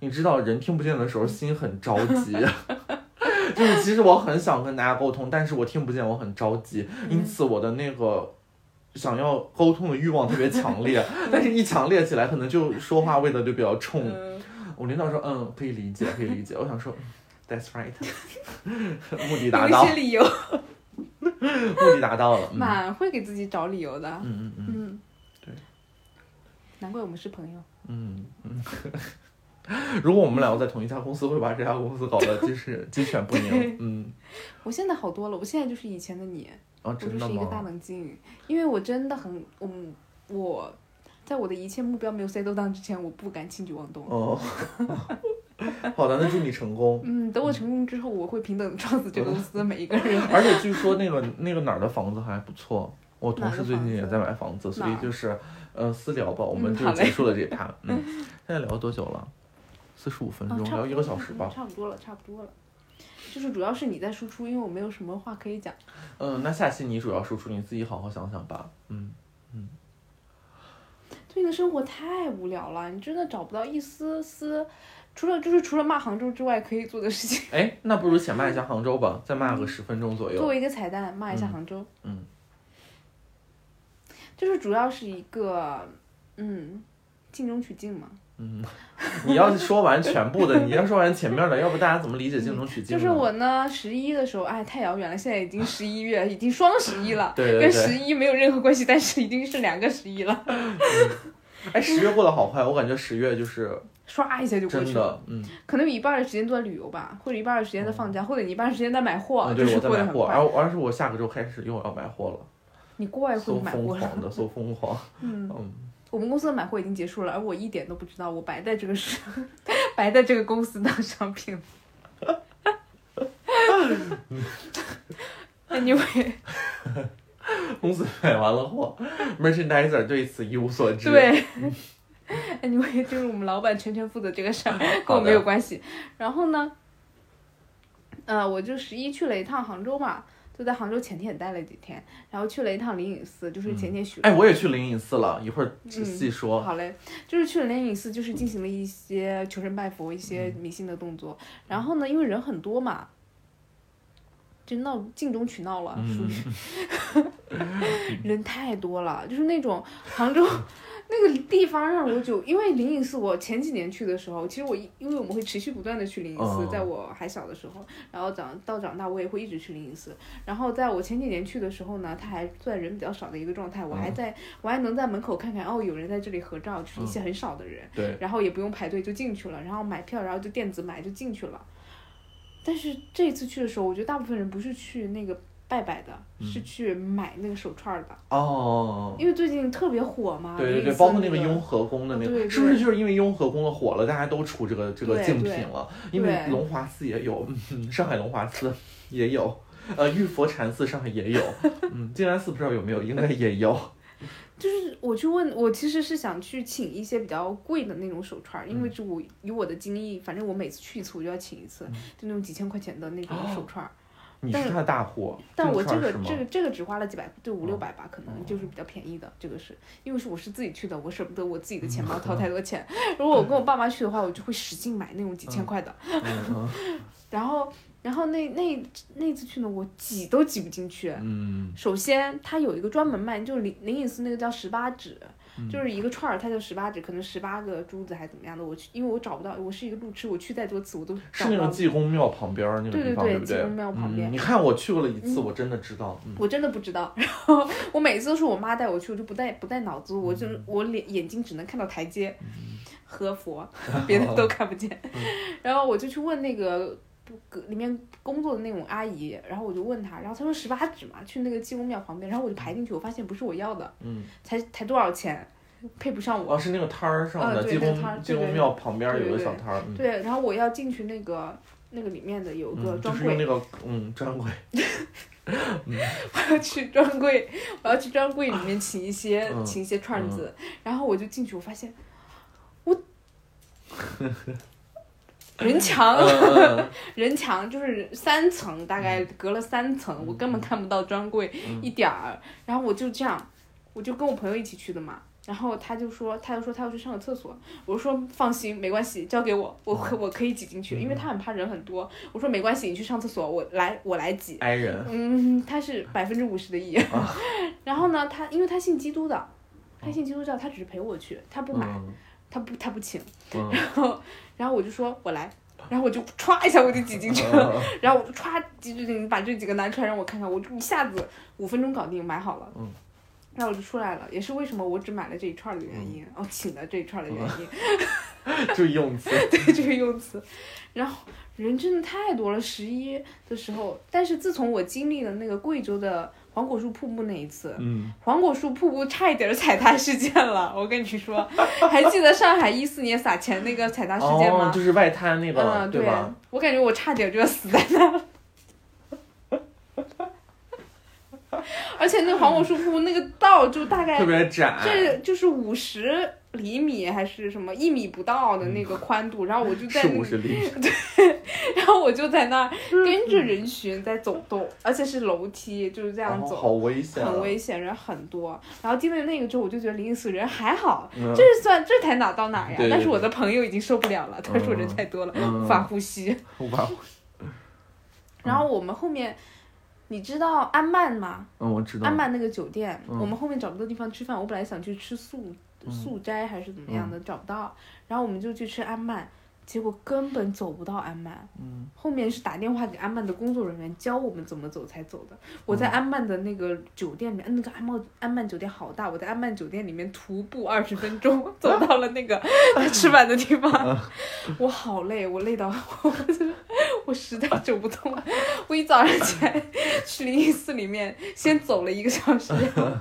Speaker 2: 你知道人听不见的时候心很着急， 就是其实我很想跟大家沟通，但是我听不见，我很着急，
Speaker 1: 嗯
Speaker 2: 因此我的那个想要沟通的欲望特别强烈，但是一强烈起来，可能就说话味道就比较冲。
Speaker 1: 嗯
Speaker 2: 我领导说，嗯，可以理解，可以理解。我想说嗯，That's right，目的达
Speaker 1: 有
Speaker 2: 到
Speaker 1: 一，些理由，
Speaker 2: 目的达到了，嗯
Speaker 1: 蛮会给自己找理由的。
Speaker 2: 嗯嗯嗯。
Speaker 1: 嗯，
Speaker 2: 对，
Speaker 1: 难怪我们是朋友。
Speaker 2: 嗯嗯，如果我们两个在同一家公司，会把这家公司搞得鸡犬鸡犬不 宁。嗯，
Speaker 1: 我现在好多了，我现在就是以前的你，
Speaker 2: 啊，
Speaker 1: 我就
Speaker 2: 真
Speaker 1: 是
Speaker 2: 的
Speaker 1: 一个大
Speaker 2: 吗？
Speaker 1: 冷静，因为我真的很，我我在我的一切目标没有 settle down 之前，我不敢轻举妄动。
Speaker 2: 哦， 好的，那祝你成功。
Speaker 1: 嗯，等我成功之后，我会平等地撞死
Speaker 2: 嗯
Speaker 1: 这个公司的每一个人。
Speaker 2: 而且据说那个那个哪儿的房子还不错，我同
Speaker 1: 哪
Speaker 2: 事
Speaker 1: 个
Speaker 2: 最近也
Speaker 1: 房子
Speaker 2: 在买房子，所以
Speaker 1: 哪儿
Speaker 2: 就是呃私聊吧，我们
Speaker 1: 嗯
Speaker 2: 就
Speaker 1: 好
Speaker 2: 结
Speaker 1: 嘞
Speaker 2: 束了这一趴。 嗯，现在聊了多久了？四十五 分
Speaker 1: 啊
Speaker 2: 钟，
Speaker 1: 差不
Speaker 2: 聊一
Speaker 1: 多
Speaker 2: 个
Speaker 1: 了
Speaker 2: 小时吧。
Speaker 1: 差不多了，差不多了。就是主要是你在输出，因为我没有什么话可以讲。
Speaker 2: 嗯，那下期你主要输出，你自己好好想想吧。嗯，
Speaker 1: 最近的生活太无聊了，你真的找不到一丝丝，除了就是除了骂杭州之外可以做的事情。
Speaker 2: 哎，那不如先骂一下杭州吧，再骂个十分钟左右
Speaker 1: 作。为一个彩蛋，骂一下
Speaker 2: 嗯
Speaker 1: 杭州。
Speaker 2: 嗯
Speaker 1: 就是主要是一个，嗯，尽忠取静嘛。
Speaker 2: 嗯你要是说完全部的，你要说完前面的，要不大家怎么理解镜中取经
Speaker 1: 嗯就
Speaker 2: 呢？
Speaker 1: 是我呢，十一的时候，哎，太遥远了，现在已经十一月，已经双十一了，
Speaker 2: 对对
Speaker 1: 跟
Speaker 2: 对，
Speaker 1: 十一没有任何关系，但是一定是两个十一了，
Speaker 2: 哎，十月过得好快，我感觉十月就是
Speaker 1: 唰一下就过
Speaker 2: 真
Speaker 1: 去了。
Speaker 2: 的，嗯，
Speaker 1: 可能有一半的时间都在旅游吧，或者一半的时间在放假，或者你一半的时间在买货，
Speaker 2: 嗯
Speaker 1: 就
Speaker 2: 哦对，
Speaker 1: 是
Speaker 2: 我在
Speaker 1: 过得
Speaker 2: 买
Speaker 1: 很
Speaker 2: 货，
Speaker 1: 快。
Speaker 2: 而而是我下个周开始又要买货了，
Speaker 1: 你过一会
Speaker 2: 搜
Speaker 1: 就买
Speaker 2: 疯
Speaker 1: 货了，
Speaker 2: 狂的，搜疯狂，嗯
Speaker 1: 我们公司的买货已经结束了，而我一点都不知道，我白在这个世， 白在这个公司当商品。anyway，
Speaker 2: 公司买完了货，merchandiser 对此一无所知。
Speaker 1: 对。anyway，就是我们老板全权负责这个事儿，跟我没有关系。然后呢，呃，我就十一去了一趟杭州嘛，就在杭州前天也待了几天，然后去了一趟灵隐寺，就是前天许、
Speaker 2: 哎，我也去灵隐寺了，一会儿
Speaker 1: 嗯
Speaker 2: 细说。
Speaker 1: 好嘞，就是去了灵隐寺，就是进行了一些求神拜佛、一些迷信的动作。然后呢，因为人很多嘛，就闹进中取闹了，属于、 人太多了，就是那种 杭州那个地方让我就，因为灵隐寺，我前几年去的时候，其实我一因为我们会持续不断的去灵隐寺
Speaker 2: 嗯，
Speaker 1: 在我还小的时候，然后长到长大我也会一直去灵隐寺。然后在我前几年去的时候呢，它还算人比较少的一个状态，我还在、我还能在门口看看哦，有人在这里合照，就是一些很少的人，
Speaker 2: 对，
Speaker 1: 然后也不用排队就进去了，然后买票，然后就电子买就进去了。但是这次去的时候，我觉得大部分人不是去那个拜拜的，是去买那个手串儿的。
Speaker 2: 哦，
Speaker 1: 因为最近特别火嘛，
Speaker 2: 对对
Speaker 1: 灵
Speaker 2: 对，
Speaker 1: 啊隐寺
Speaker 2: 包括那个雍和宫的那
Speaker 1: 对
Speaker 2: 个，
Speaker 1: 对
Speaker 2: 是不是就是因为雍和宫的火了，大家都出这个这个
Speaker 1: 对
Speaker 2: 竞
Speaker 1: 对
Speaker 2: 品了？因为
Speaker 1: 对
Speaker 2: 龙华寺也有，嗯上海龙华寺也有，呃，玉佛禅寺上海也有，嗯，静安寺不知道有没有，应该也有。
Speaker 1: 就是我去问，我其实是想去请一些比较贵的那种手串儿，因
Speaker 2: 嗯
Speaker 1: 为就我以我的经历，反正我每次去一次我就要请一次，
Speaker 2: 嗯
Speaker 1: 就那种几千块钱的那种手串儿。
Speaker 2: 你
Speaker 1: 但
Speaker 2: 是他的大户，
Speaker 1: 但我
Speaker 2: 哦这
Speaker 1: 这
Speaker 2: 个
Speaker 1: 个
Speaker 2: 串儿是吗哦
Speaker 1: 这个这个只花了几百，对五六百吧，可能就是比较便宜的。这个是因为是我是自己去的，我舍不得我自己的
Speaker 2: 嗯
Speaker 1: 钱包掏太多钱。如果我跟我爸妈去的话，我就会使劲买那种几千块的。
Speaker 2: 嗯
Speaker 1: 然后，然后那那那次去呢，我挤都挤不进去。
Speaker 2: 嗯
Speaker 1: 首先，它有一个专门卖，就是灵灵隐寺那个叫十八指，
Speaker 2: 嗯
Speaker 1: 就是一个串儿，它叫十八指，可能十八个珠子还是怎么样的。我去，因为我找不到，我是一个路痴，我去再多次我都
Speaker 2: 嗯，是
Speaker 1: 找不
Speaker 2: 那种
Speaker 1: 到。
Speaker 2: 济公庙旁边儿那个
Speaker 1: 对
Speaker 2: 地
Speaker 1: 对
Speaker 2: 方，
Speaker 1: 对，
Speaker 2: 不
Speaker 1: 济
Speaker 2: 对
Speaker 1: 公？庙旁边
Speaker 2: 嗯，，你看我去过了一次，我真的知道，嗯，
Speaker 1: 我真的不知道。 然后我每次都是我妈带我去，我就不带不带脑子，我
Speaker 2: 嗯
Speaker 1: 就我脸眼睛只能看到台阶和佛，别的都看不 见。
Speaker 2: 嗯
Speaker 1: 然后我就去问那个。不里面工作的那种阿姨，然后我就问她，然后她说十八指嘛，去那个济公庙旁边，然后我就排进去，我发现不是我要的，
Speaker 2: 嗯，
Speaker 1: 才才多少钱，配不上我。
Speaker 2: 哦，是那个摊儿上
Speaker 1: 啊
Speaker 2: 的
Speaker 1: 对
Speaker 2: 济
Speaker 1: 那个
Speaker 2: 公
Speaker 1: 摊儿
Speaker 2: 济
Speaker 1: 对
Speaker 2: 公
Speaker 1: 对
Speaker 2: 庙旁边儿有
Speaker 1: 对
Speaker 2: 个
Speaker 1: 对
Speaker 2: 小摊儿，嗯
Speaker 1: 对，然后我要进去那个那个里面的有个
Speaker 2: 嗯，就
Speaker 1: 专
Speaker 2: 是
Speaker 1: 柜，
Speaker 2: 用那个嗯 专柜，
Speaker 1: 我要 去专柜，我要去专柜里面请一些、
Speaker 2: 嗯
Speaker 1: 请一些串子，然后我就进去，我发现 我人墙
Speaker 2: 嗯嗯
Speaker 1: 人墙就是三层，大概隔了三层，我
Speaker 2: 嗯
Speaker 1: 根本看不到专柜、一点儿。然后我就这样，我就跟我朋友一起去的嘛。然后他就说，他就说他要去上个厕所。我说放心，没关系，交给我，我可
Speaker 2: 嗯
Speaker 1: 我可以挤进去，因为他很怕人很多。我说没关系，你去上厕所，我来我来挤。
Speaker 2: 挨人，
Speaker 1: 嗯，他是百分之五十的意。
Speaker 2: 啊
Speaker 1: 然后呢，他因为他信基督的，他信基督教，他只是陪我去，他不买，
Speaker 2: 嗯
Speaker 1: 他不他不请。
Speaker 2: 嗯
Speaker 1: 然后然后我就说我来，然后我就歘一下我就挤进去了，
Speaker 2: 嗯
Speaker 1: 然 后我就歘挤进去，你把这几个拿出来让我看看，我就一下子五分钟搞定，买好了。
Speaker 2: 嗯
Speaker 1: 然后我就出来了，也是为什么我只买了这一串儿的原因，
Speaker 2: 嗯
Speaker 1: 哦，请了这一串儿的原因，
Speaker 2: 就是用词，
Speaker 1: 对这个用词。然后人真的太多了，十一的时候，但是自从我经历了那个贵州的黄果树瀑布那一次，
Speaker 2: 嗯，
Speaker 1: 黄果树瀑布差一点儿踩踏事件了，我跟你说，还记得上海一四年撒钱那个踩踏事件
Speaker 2: 哦
Speaker 1: 吗，？
Speaker 2: 就是外滩那个，
Speaker 1: 嗯，对
Speaker 2: 吧？
Speaker 1: 我感觉我差点就要死在那了。而且那黄果树瀑布那个道就大概
Speaker 2: 特别窄，
Speaker 1: 这就是五十厘米还是什么一米不到的那个宽度，然后我就在
Speaker 2: 是
Speaker 1: 那
Speaker 2: 五十厘米，
Speaker 1: 然后我就在那儿跟着人群在走动，而且是楼梯，就是这样
Speaker 2: 哦
Speaker 1: 走，
Speaker 2: 好危险啊，
Speaker 1: 很危险，人很多。然后经历那个之后，我就觉得灵隐寺人还好，
Speaker 2: 嗯
Speaker 1: 这是算这才哪到哪呀
Speaker 2: 对对？
Speaker 1: 但是我的朋友已经受不了了，他说人
Speaker 2: 嗯
Speaker 1: 太多了，
Speaker 2: 嗯
Speaker 1: 无法呼吸。
Speaker 2: 无法，
Speaker 1: 然后我们后面，你知道安曼吗？
Speaker 2: 嗯，我知道
Speaker 1: 安，曼那个酒店，
Speaker 2: 嗯
Speaker 1: 我们后面找不到地方吃饭。我本来想去吃素素斋还是怎么样
Speaker 2: 嗯
Speaker 1: 的，找不到，然后我们就去吃安曼，结果根本走不到安曼。
Speaker 2: 嗯，
Speaker 1: 后面是打电话给安曼的工作人员教我们怎么走才走的。我在安曼的那个酒店里面，那个安曼安曼酒店好大，我在安曼酒店里面徒步二十分钟，走到了那个 吃饭的地方。我好累，我累到 我真的我实在走不动了。我一早上起来去灵隐寺里面先走了一个小时，然后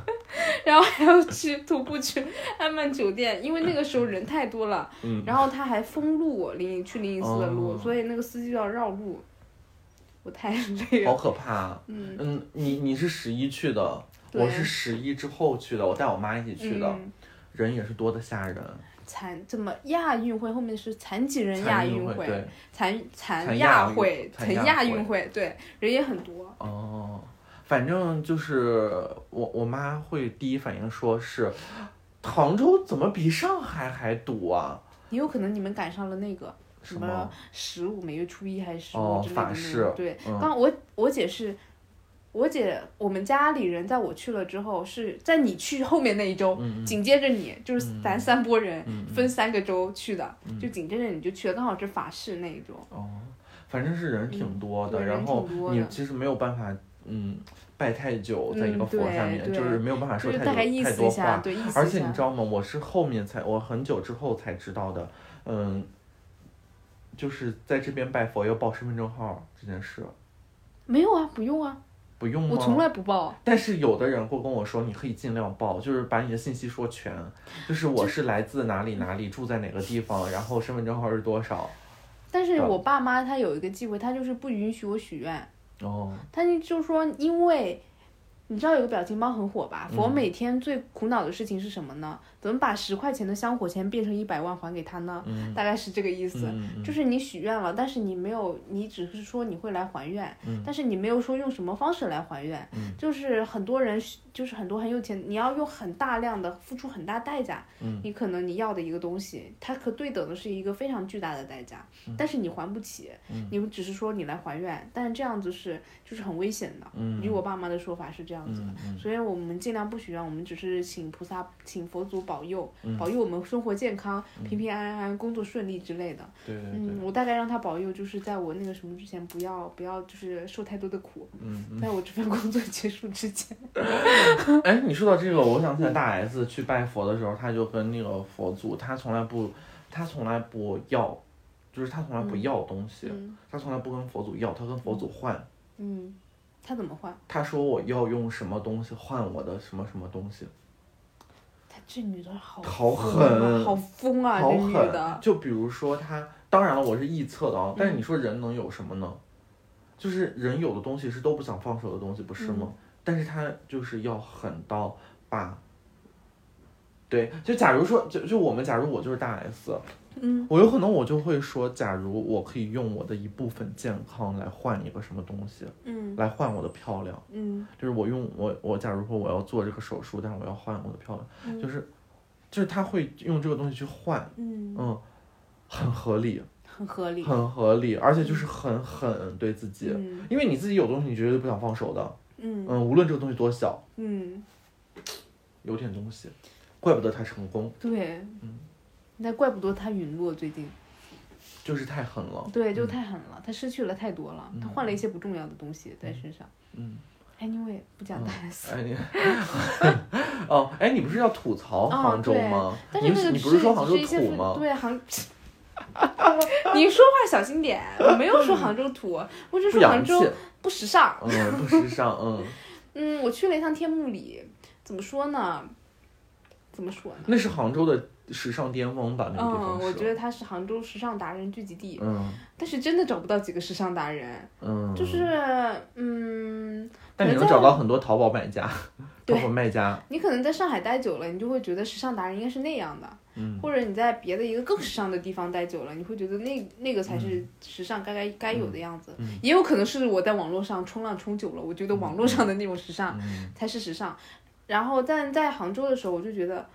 Speaker 1: 然后还要去徒步去安曼酒店，因为那个时候人太多了，
Speaker 2: 嗯
Speaker 1: 然后他还封路灵隐去灵隐寺的路，
Speaker 2: 哦
Speaker 1: 所以那个司机就要绕路，我太累了，
Speaker 2: 好可怕、啊。
Speaker 1: 嗯，
Speaker 2: 嗯，你你是十一去的，
Speaker 1: 对
Speaker 2: 我是十一之后去的，我带我妈一起去的，
Speaker 1: 嗯，
Speaker 2: 人也是多的吓人。
Speaker 1: 残怎么亚运会后面是残疾人亚
Speaker 2: 残
Speaker 1: 运
Speaker 2: 会对，
Speaker 1: 残残
Speaker 2: 残
Speaker 1: 亚
Speaker 2: 亚
Speaker 1: 会
Speaker 2: 运、
Speaker 1: 残亚
Speaker 2: 残亚
Speaker 1: 运
Speaker 2: 运
Speaker 1: 会，对，人也很多。
Speaker 2: 哦，反正就是我我妈会第一反应说是，杭州怎么比上海还堵啊？
Speaker 1: 也有可能你们赶上了那个什
Speaker 2: 什
Speaker 1: 么
Speaker 2: 么
Speaker 1: 十五，每月初一还是十五
Speaker 2: 哦
Speaker 1: 之类的
Speaker 2: 法
Speaker 1: 那
Speaker 2: 事
Speaker 1: 种。对，
Speaker 2: 嗯
Speaker 1: 刚我我姐是，我姐我们家里人在我去了之后，是在你去后面那一周，
Speaker 2: 嗯嗯
Speaker 1: 紧接着你就是咱三波人、
Speaker 2: 嗯嗯
Speaker 1: 分三个州去的，
Speaker 2: 嗯
Speaker 1: 就紧接着你就去了，刚好是法事那一周。
Speaker 2: 哦，反正是人挺多
Speaker 1: 嗯
Speaker 2: 的，
Speaker 1: 对人
Speaker 2: 然后
Speaker 1: 挺多
Speaker 2: 你
Speaker 1: 的
Speaker 2: 其实没有办法，嗯，拜太久在一
Speaker 1: 嗯
Speaker 2: 个佛下
Speaker 1: 对
Speaker 2: 面，
Speaker 1: 对
Speaker 2: 就是没有办法
Speaker 1: 就
Speaker 2: 说
Speaker 1: 是
Speaker 2: 太
Speaker 1: 大概意
Speaker 2: 多太
Speaker 1: 思
Speaker 2: 多
Speaker 1: 一
Speaker 2: 话
Speaker 1: 下，。对，意思一下。
Speaker 2: 而且你知道吗？我是后面才，我很久之后才知道的，嗯，就是在这边拜佛要报身份证号这件事，
Speaker 1: 没有啊，不用啊，
Speaker 2: 不用吗？
Speaker 1: 我从来不报。
Speaker 2: 但是有的人会跟我说，你可以尽量报，就是把你的信息说全，就是我是来自哪里哪里，住在哪个地方，然后身份证号是多少。
Speaker 1: 但是
Speaker 2: 对
Speaker 1: 我爸妈他有一个忌讳，他就是不允许我许愿。
Speaker 2: 哦，
Speaker 1: 他就说，因为你知道有个表情包很火
Speaker 2: 嗯
Speaker 1: 吧？佛每天最苦恼的事情是什么呢？怎么把十块钱的香火钱变成一百万还给他呢？
Speaker 2: 嗯
Speaker 1: 大概是这个意思。
Speaker 2: 嗯嗯
Speaker 1: 就是你许愿了，但是你没有，你只是说你会来还愿，
Speaker 2: 嗯
Speaker 1: 但是你没有说用什么方式来还愿。
Speaker 2: 嗯
Speaker 1: 就是很多人，就是很多很有钱，你要用很大量的付出很大代价，
Speaker 2: 嗯
Speaker 1: 你可能你要的一个东西，它可对等的是一个非常巨大的代价，但是你还不起，
Speaker 2: 嗯
Speaker 1: 你只是说你来还愿，但是这样子是就是很危险的。
Speaker 2: 嗯
Speaker 1: 以我爸妈的说法是这样子的。
Speaker 2: 嗯嗯
Speaker 1: 所以我们尽量不许愿，我们只是请菩萨、请佛祖保佑，
Speaker 2: 嗯
Speaker 1: 保佑我们生活健康、平平安安、工作顺利之类的。
Speaker 2: 对对对
Speaker 1: 嗯，，我大概让他保佑，就是在我那个什么之前，不要不要就是受太多的苦，
Speaker 2: 嗯嗯。
Speaker 1: 在我这份工作结束之前。
Speaker 2: 哎，你说到这个，我想起来大 S 去拜佛的时候，他就跟那个佛祖，他从来不，他从来不要，就是他从来不要东西，
Speaker 1: 嗯
Speaker 2: 他从来不跟佛祖要，他跟佛祖换。
Speaker 1: 嗯，他怎么换？
Speaker 2: 他说我要用什么东西换我的什么什么东西，
Speaker 1: 他这女的好
Speaker 2: 好
Speaker 1: 疯啊
Speaker 2: 狠
Speaker 1: 好疯啊！
Speaker 2: 好
Speaker 1: 这女
Speaker 2: 狠
Speaker 1: 的。，嗯
Speaker 2: 就比如说他，当然了，我是臆测的啊，但是你说人能有什么呢？就是人有的东西是都不想放手的东西，不是
Speaker 1: 嗯
Speaker 2: 吗？但是他就是要狠到把，对，就假如说，就就我们，假如我就是大 S，
Speaker 1: 嗯，
Speaker 2: 我有可能我就会说，假如我可以用我的一部分健康来换一个什么东西，
Speaker 1: 嗯
Speaker 2: 来换我的漂亮。
Speaker 1: 嗯
Speaker 2: 就是我用我我假如说我要做这个手术，但是我要换我的漂亮，
Speaker 1: 嗯
Speaker 2: 就是就是他会用这个东西去换，
Speaker 1: 嗯，
Speaker 2: 嗯，很合理，
Speaker 1: 很合理。
Speaker 2: 很合理，而且就是很狠对自己，
Speaker 1: 嗯
Speaker 2: 因为你自己有东西，你绝对不想放手的，
Speaker 1: 嗯
Speaker 2: 嗯，无论这个东西多小，
Speaker 1: 嗯，
Speaker 2: 有点东西，怪不得他成功，
Speaker 1: 对。
Speaker 2: 嗯
Speaker 1: 那怪不得他陨落最近，
Speaker 2: 就是太狠了，
Speaker 1: 对，就太狠了，他失去了太多了，他
Speaker 2: 哦嗯
Speaker 1: 换了一些不重要的东西在身上。
Speaker 2: 嗯，
Speaker 1: Anyway，不讲大 S，
Speaker 2: 哎你， 哦，哎你不是要吐槽
Speaker 1: 啊
Speaker 2: 杭州吗？
Speaker 1: 但
Speaker 2: 你
Speaker 1: 是
Speaker 2: 不
Speaker 1: 那
Speaker 2: 是
Speaker 1: 个
Speaker 2: 你不
Speaker 1: 只
Speaker 2: 是说杭
Speaker 1: 只
Speaker 2: 州
Speaker 1: 是一些
Speaker 2: 土
Speaker 1: 分
Speaker 2: 吗？
Speaker 1: 对，杭。 你说话小心点，我没有说杭州土，我只是
Speaker 2: 不
Speaker 1: 说杭
Speaker 2: 洋气，
Speaker 1: 州不时尚。
Speaker 2: 嗯，不时尚，嗯，
Speaker 1: 嗯，我去了一趟天目里，怎么说呢？怎么说呢？
Speaker 2: 那是杭州的时尚巅峰吧？那个地
Speaker 1: 嗯，
Speaker 2: 方是。
Speaker 1: 我觉得它是杭州时尚达人聚集地，
Speaker 2: 嗯
Speaker 1: 但是真的找不到几个时尚达人，
Speaker 2: 嗯，
Speaker 1: 就是嗯，
Speaker 2: 但你能找到很多淘宝买家、
Speaker 1: 对
Speaker 2: 淘宝卖家，
Speaker 1: 你可能在上海待久了，你就会觉得时尚达人应该是那样的，
Speaker 2: 嗯
Speaker 1: 或者你在别的一个更时尚的地方待久了，你会觉得那那个才是时尚该该该有的样子。
Speaker 2: 嗯
Speaker 1: 也有可能是我在网络上冲浪冲久了，我觉得网络上的那种时尚
Speaker 2: 嗯
Speaker 1: 才是时尚。然后但在杭州的时候，我就觉得，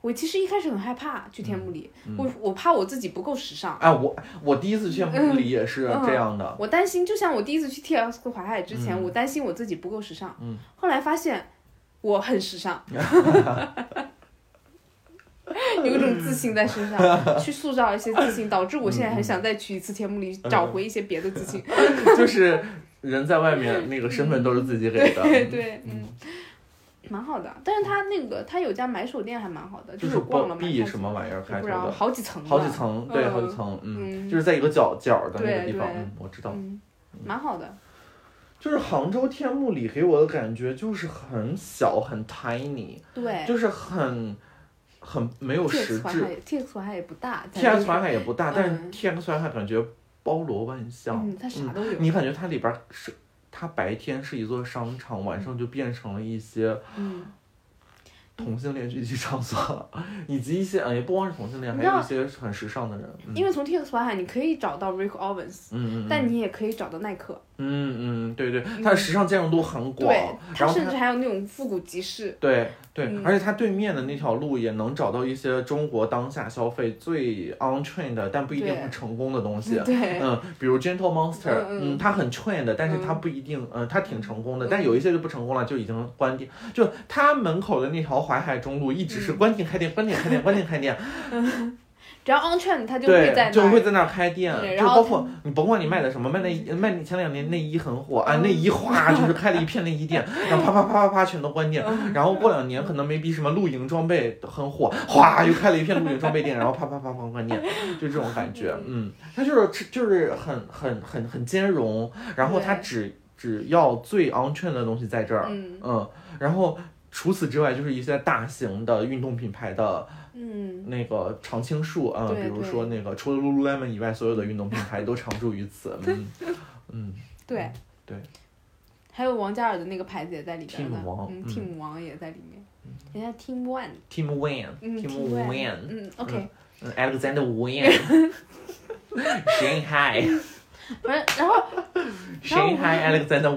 Speaker 1: 我其实一开始很害怕去天目里，
Speaker 2: 嗯
Speaker 1: 我我怕我自己不够时尚。
Speaker 2: 哎，我我第一次去慕
Speaker 1: 嗯
Speaker 2: 里也是这样的，
Speaker 1: 我担心，就像我第一次去 T S Q 淮海之前，我担心我自己不够时尚。
Speaker 2: 嗯
Speaker 1: 后来发现我很时 尚，有一种自信在身 上，去塑造一些自信，导致我现在很想再去一次天目里，找回一些别的自信。
Speaker 2: 就是人在外面那个身份都是自己给的，
Speaker 1: 对 对，嗯。蛮好的，但是他那个他有家买手店还蛮好的，
Speaker 2: 就是是
Speaker 1: 逛了蛮开
Speaker 2: B
Speaker 1: 心
Speaker 2: 什么玩意儿
Speaker 1: 的，不
Speaker 2: 开头
Speaker 1: 知道
Speaker 2: 的，
Speaker 1: 好几层了，
Speaker 2: 好几层，对，
Speaker 1: 嗯
Speaker 2: 好几层，嗯，
Speaker 1: 嗯
Speaker 2: 就是在一个角角的那个
Speaker 1: 对
Speaker 2: 地方，
Speaker 1: 对
Speaker 2: 嗯，我知道，
Speaker 1: 嗯，蛮好的。
Speaker 2: 就是杭州天幕里给我的感觉就是很小很 tiny，
Speaker 1: 对
Speaker 2: 就是很很没有实
Speaker 1: ，TX 环
Speaker 2: 质。
Speaker 1: 海，TX 环海也不大
Speaker 2: TX 环海也不大，
Speaker 1: 嗯
Speaker 2: 但是 TX 环海感觉包罗万象，
Speaker 1: 嗯，它啥都有，
Speaker 2: 你感觉它里边儿是。它白天是一座商场，晚上就变成了一些
Speaker 1: 嗯，
Speaker 2: 同性恋聚集场 所，以及一些呃也不光是同性恋，
Speaker 1: 你
Speaker 2: 还
Speaker 1: 知道
Speaker 2: 有一些很时尚的人。嗯
Speaker 1: 因为从 TX 环海你可以找到 Rick Owens，
Speaker 2: 嗯嗯，
Speaker 1: 但你也可以找到耐克，
Speaker 2: 嗯嗯对对，它的时尚兼容度很广
Speaker 1: 对，，它
Speaker 2: 然后
Speaker 1: 甚
Speaker 2: 它
Speaker 1: 至还有那种复古集市，
Speaker 2: 对对，
Speaker 1: 嗯
Speaker 2: 而且它对面的那条路也能找到一些中国当下消费最 on trend 的，但不一定
Speaker 1: 对
Speaker 2: 会成功的东西。
Speaker 1: 对，
Speaker 2: 嗯，比如 Gentle Monster，
Speaker 1: 嗯嗯
Speaker 2: 嗯，它很 trend，的但是它不一定，嗯、它挺成功的，但有一些就不成功了，就已经关店。就它门口的那条淮海中路，一直
Speaker 1: 嗯
Speaker 2: 是关店开店，关店开店，关店开店，
Speaker 1: 只要 on trend，它就会在
Speaker 2: 对，就
Speaker 1: 那
Speaker 2: 会
Speaker 1: 儿，
Speaker 2: 在那儿开店
Speaker 1: 对。
Speaker 2: 就
Speaker 1: 然后
Speaker 2: 包括你甭管你卖的什么，卖内衣，卖你前两年内衣很火
Speaker 1: 嗯
Speaker 2: 啊，内衣哗就是开了一片内衣 店，然后啪啪啪啪啪全都关店。
Speaker 1: 嗯
Speaker 2: 然后过两年可能 maybe 什么露营装备很火，哗又开了一片露营装备店，然后啪啪啪啪关店，就这种感觉。嗯，它就是就是很很很很兼容，然后它
Speaker 1: 对
Speaker 2: 只只要最 on trend 的东西在这儿，
Speaker 1: 嗯
Speaker 2: 嗯，然后。除此之外，就是一些大型的运动品牌的
Speaker 1: 嗯，
Speaker 2: 那个常青树啊，
Speaker 1: 对
Speaker 2: 比如说那个除了 Lululemon 以外，所有的运动品牌都常驻 于此。嗯嗯，
Speaker 1: 对
Speaker 2: 对，
Speaker 1: 还有王嘉尔的那个牌子也在里边
Speaker 2: Team
Speaker 1: 呢
Speaker 2: 王，
Speaker 1: 嗯
Speaker 2: 嗯
Speaker 1: ，Team 王也在里面，人家 Team One，
Speaker 2: ，Team Wan，Team
Speaker 1: 嗯
Speaker 2: Wan，
Speaker 1: One，嗯，OK，
Speaker 2: 嗯，Alexander Wan，Shanghai，Shanghai
Speaker 1: 反正然后
Speaker 2: Alexander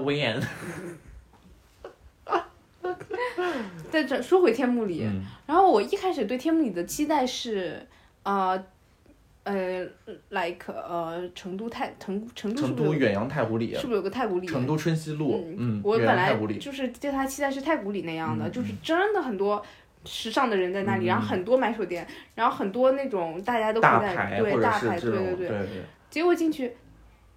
Speaker 2: Wan，
Speaker 1: 再转说回天幕里，
Speaker 2: 嗯
Speaker 1: 然后我一开始对天幕里的期待是，呃，呃，like 呃，成都太成成都是
Speaker 2: 成
Speaker 1: 不
Speaker 2: 都
Speaker 1: 是有
Speaker 2: 远洋太古里，
Speaker 1: 是不是有个太古里？
Speaker 2: 成都春熙路，嗯，
Speaker 1: 我
Speaker 2: 远
Speaker 1: 本
Speaker 2: 洋太
Speaker 1: 来
Speaker 2: 古里，
Speaker 1: 就是对他期待是太古里那样的，
Speaker 2: 嗯
Speaker 1: 就是真的很多时尚的人在那里，
Speaker 2: 嗯
Speaker 1: 然后很多买手店，然后很多那种大家都
Speaker 2: 大
Speaker 1: 会在
Speaker 2: 牌
Speaker 1: 对
Speaker 2: 或者
Speaker 1: 大
Speaker 2: 是
Speaker 1: 牌，
Speaker 2: 这
Speaker 1: 对
Speaker 2: 种，
Speaker 1: 对
Speaker 2: 对
Speaker 1: 对。
Speaker 2: 对
Speaker 1: 结果进去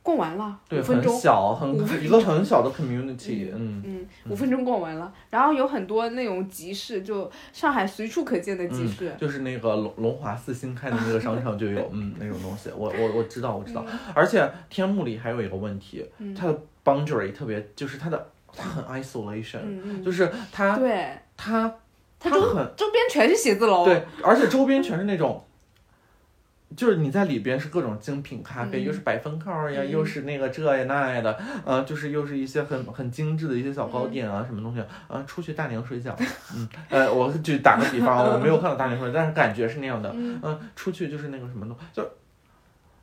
Speaker 1: 逛完了，
Speaker 2: 对，
Speaker 1: 五分
Speaker 2: 很
Speaker 1: 钟，
Speaker 2: 小，
Speaker 1: 五
Speaker 2: 很
Speaker 1: 分
Speaker 2: 一个很小的 community，嗯，
Speaker 1: 嗯，五分钟逛完了，然后有很多那种集市，就上海随处可见的
Speaker 2: 嗯
Speaker 1: 集市，
Speaker 2: 就是那个龙龙华寺新开的那个商场就有，嗯，那种东西，我我我知道，我知道。而且天幕里还有一个问题，
Speaker 1: 嗯
Speaker 2: 它的 boundary 特别，就是它的它很 isolation，、
Speaker 1: 嗯嗯，
Speaker 2: 就是它
Speaker 1: 对，
Speaker 2: 它
Speaker 1: 它
Speaker 2: 很
Speaker 1: 周边全是写字楼，
Speaker 2: 对，而且周边全是那种。就是你在里边是各种精品咖啡，
Speaker 1: 嗯
Speaker 2: 又是百分扣呀，
Speaker 1: 嗯
Speaker 2: 又是那个这呀那呀的，呃，就是又是一些很很精致的一些小
Speaker 1: 嗯
Speaker 2: 糕点啊，什么东西啊、出去大凉水饺，嗯，呃，我就打个比方啊，我没有看到大凉水饺，但是感觉是那样的，
Speaker 1: 嗯，
Speaker 2: 嗯，出去就是那个什么东，就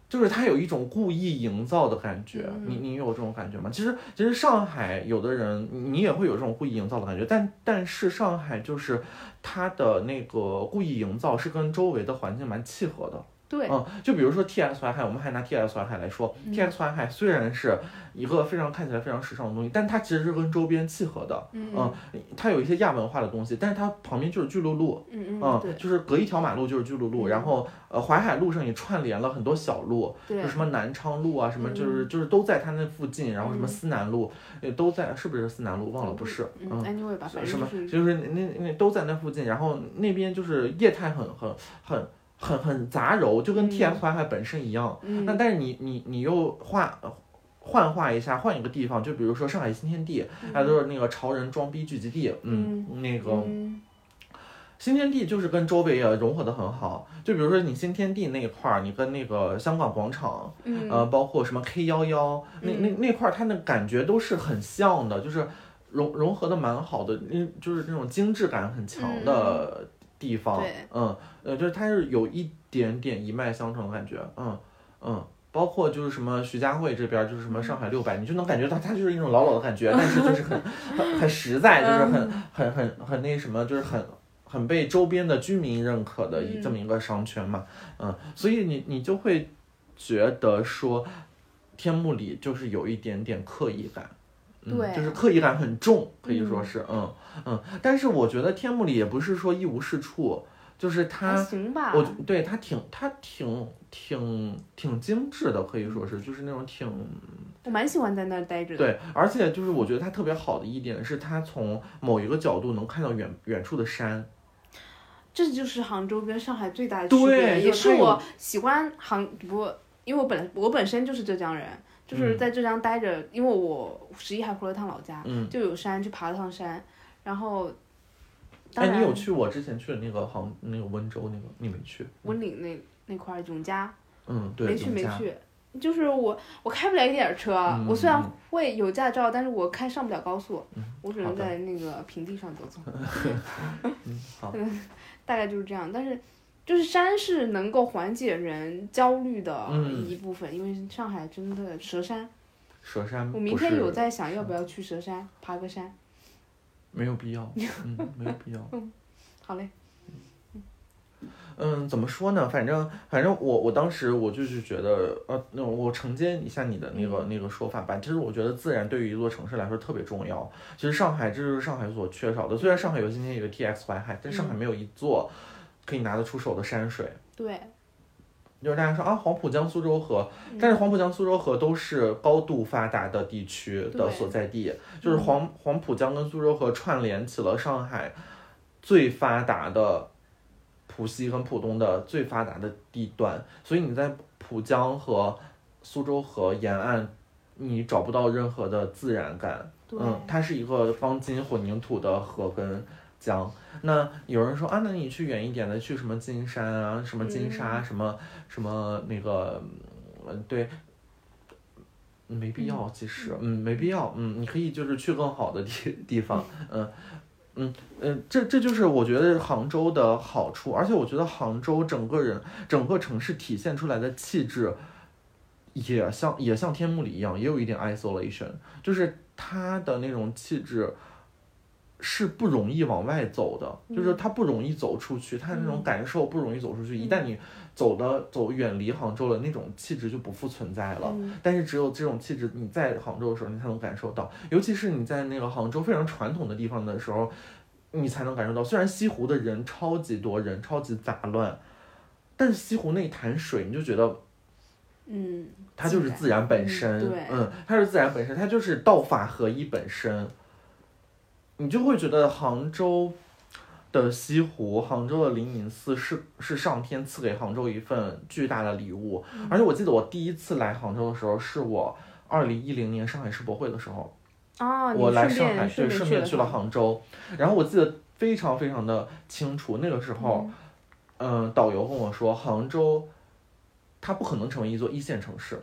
Speaker 2: 就是它有一种故意营造的感觉。
Speaker 1: 嗯
Speaker 2: 你你有这种感觉吗？其实其实上海有的人你你也会有这种故意营造的感觉，但但是上海就是它的那个故意营造是跟周围的环境蛮契合的。
Speaker 1: 对，
Speaker 2: 嗯，就比如说 T X Y 海，我们还拿 T X Y 海来说、
Speaker 1: 嗯
Speaker 2: t X Y 海虽然是一个非常看起来非常时尚的东西，但它其实是跟周边契合的。
Speaker 1: 嗯
Speaker 2: 嗯，它有一些亚文化的东西，但是它旁边就是巨鹿路。
Speaker 1: 嗯嗯，
Speaker 2: 嗯，
Speaker 1: 对
Speaker 2: 就是隔一条马路就是巨鹿路，
Speaker 1: 嗯
Speaker 2: 然后呃淮海路上也串联了很多小路，
Speaker 1: 对
Speaker 2: 有，什么南昌路啊，什么就是就是都在它那附近，然后什么
Speaker 1: 嗯
Speaker 2: 思南路也都在，是不是思南路？忘了不是，
Speaker 1: 嗯，anyway 吧，反
Speaker 2: 什
Speaker 1: 正
Speaker 2: 么
Speaker 1: 就是
Speaker 2: 就是那那那都在那附近，然后那边就是业态很很很很很杂糅，就跟
Speaker 1: 嗯
Speaker 2: T F 淮海本身一样。
Speaker 1: 嗯
Speaker 2: 那但是你你你又换幻化一下，换一个地方，就比如说上海新天地，它都是那个潮人装逼聚集地，嗯，那个。
Speaker 1: 嗯
Speaker 2: 新天地就是跟周围也融合的很好，就比如说你新天地那一块儿，你跟那个香港广场，
Speaker 1: 嗯
Speaker 2: 呃，包括什么 K 幺幺那那那块儿，它的感觉都是很像的，就是融融合的蛮好的，嗯，就是那种精致感很强的地方，
Speaker 1: 对
Speaker 2: 嗯，呃，就是它是有一点点一脉相承的感觉，嗯嗯。包括就是什么徐家汇这边儿，就是什么上海六百，你就能感觉到它就是一种老老的感觉，但是就是很很很实在，就是很很很很那什么，就是很很被周边的居民认可的一
Speaker 1: 嗯
Speaker 2: 这么一个商圈嘛，嗯，所以你你就会觉得说，天幕里就是有一点点刻意感，嗯、
Speaker 1: 对
Speaker 2: 就是刻意感很重，可以说是，嗯嗯但是我觉得天幕里也不是说一无是处，就是它
Speaker 1: 还行吧，
Speaker 2: 我对它挺它挺挺挺精致的，可以说是就是那种挺
Speaker 1: 嗯我蛮喜欢在那儿待着的，
Speaker 2: 对，而且就是我觉得它特别好的一点是它从某一个角度能看到远远处的山，
Speaker 1: 这就是杭州跟上海最大的区
Speaker 2: 对
Speaker 1: 别，也
Speaker 2: 就是它有
Speaker 1: 我喜欢杭不，因为我本我本身就是浙江人，就是在浙江待着，因为我十一还回了趟老家，
Speaker 2: 嗯嗯
Speaker 1: 就有山去爬了趟山，然后当
Speaker 2: 哎，你有
Speaker 1: 然
Speaker 2: 去我之前去的那个杭那个温州那个，你没去？
Speaker 1: 温岭那那块儿永嘉
Speaker 2: 嗯，对，
Speaker 1: 没去
Speaker 2: 永
Speaker 1: 没
Speaker 2: 嘉。
Speaker 1: 去，就是我我开不了一点儿车，
Speaker 2: 嗯
Speaker 1: 我虽然
Speaker 2: 嗯
Speaker 1: 会有驾照，但是我开上不了高速，
Speaker 2: 嗯
Speaker 1: 我只
Speaker 2: 好
Speaker 1: 能
Speaker 2: 的
Speaker 1: 在那个平地上走走，
Speaker 2: 嗯，好，
Speaker 1: 大概就是这样，但是。就是山是能够缓解人焦虑的
Speaker 2: 嗯
Speaker 1: 一部分，因为上海真的蛇山，
Speaker 2: 佘山。
Speaker 1: 我明天有。在想要不要去蛇山爬个山。
Speaker 2: 没有必要，嗯，没有必要。
Speaker 1: 好嘞，
Speaker 2: 嗯，怎么说呢？反正反正我我当时我就是觉得，呃，那我承接一下你的那个那个说法吧。其实我觉得自然对于一座城市来说特别重要。其实上海这就是上海所缺少的，虽然上海有今天有个 T X Y 海，但上海没有一座可以拿得出手的山水。
Speaker 1: 对，
Speaker 2: 就是大家说啊，黄浦江苏州河，
Speaker 1: 嗯
Speaker 2: 但是黄浦江苏州河都是高度发达的地区的
Speaker 1: 对嗯
Speaker 2: 所在地，就是黄黄浦江跟苏州河串联起了上海最发达的浦西跟浦东的最发达的地段，所以你在浦江和苏州河沿岸，你找不到任何的自然感，
Speaker 1: 对，
Speaker 2: 嗯，它是一个钢筋混凝土的河跟江。那有人说啊，那你去远一点的，去什么金山啊，什么金沙，什么什么那个，嗯，对，没必要，其实，嗯，没必要，嗯，你可以就是去更好的地 地方，嗯。嗯嗯，这这就是我觉得杭州的好处，而且我觉得杭州整个人整个城市体现出来的气质，也像也像天幕里一样，也有一点 isolation，就是它的那种气质是不容易往外走的，就是说它不容易走出去，它那种感受不容易走出去。一旦你走的走远离杭州了，那种气质就不复存在了。
Speaker 1: 嗯
Speaker 2: 但是只有这种气质，你在杭州的时候，你才能感受到，尤其是你在那个杭州非常传统的地方的时候，你才能感受到。虽然西湖的人超级多人，超级杂乱，但是西湖那一潭水，你就觉得
Speaker 1: 嗯，
Speaker 2: 它就是自然本身，
Speaker 1: 嗯对
Speaker 2: 嗯，它是自然本身，它就是道法合一本身，你就会觉得杭州的西湖，杭州的灵隐寺是是上天赐给杭州一份巨大的礼物。
Speaker 1: 嗯
Speaker 2: 而且我记得我第一次来杭州的时候，是我二零一零年上海世博会的时候，
Speaker 1: 哦，你
Speaker 2: 我来
Speaker 1: 顺
Speaker 2: 上海，
Speaker 1: 便
Speaker 2: 对，顺
Speaker 1: 便
Speaker 2: 便去
Speaker 1: 了
Speaker 2: 了杭州，然后我记得非常非常的清楚，那个时候。
Speaker 1: 杭州，
Speaker 2: 嗯，导游跟我说，杭州它不可能成为一座一线城市，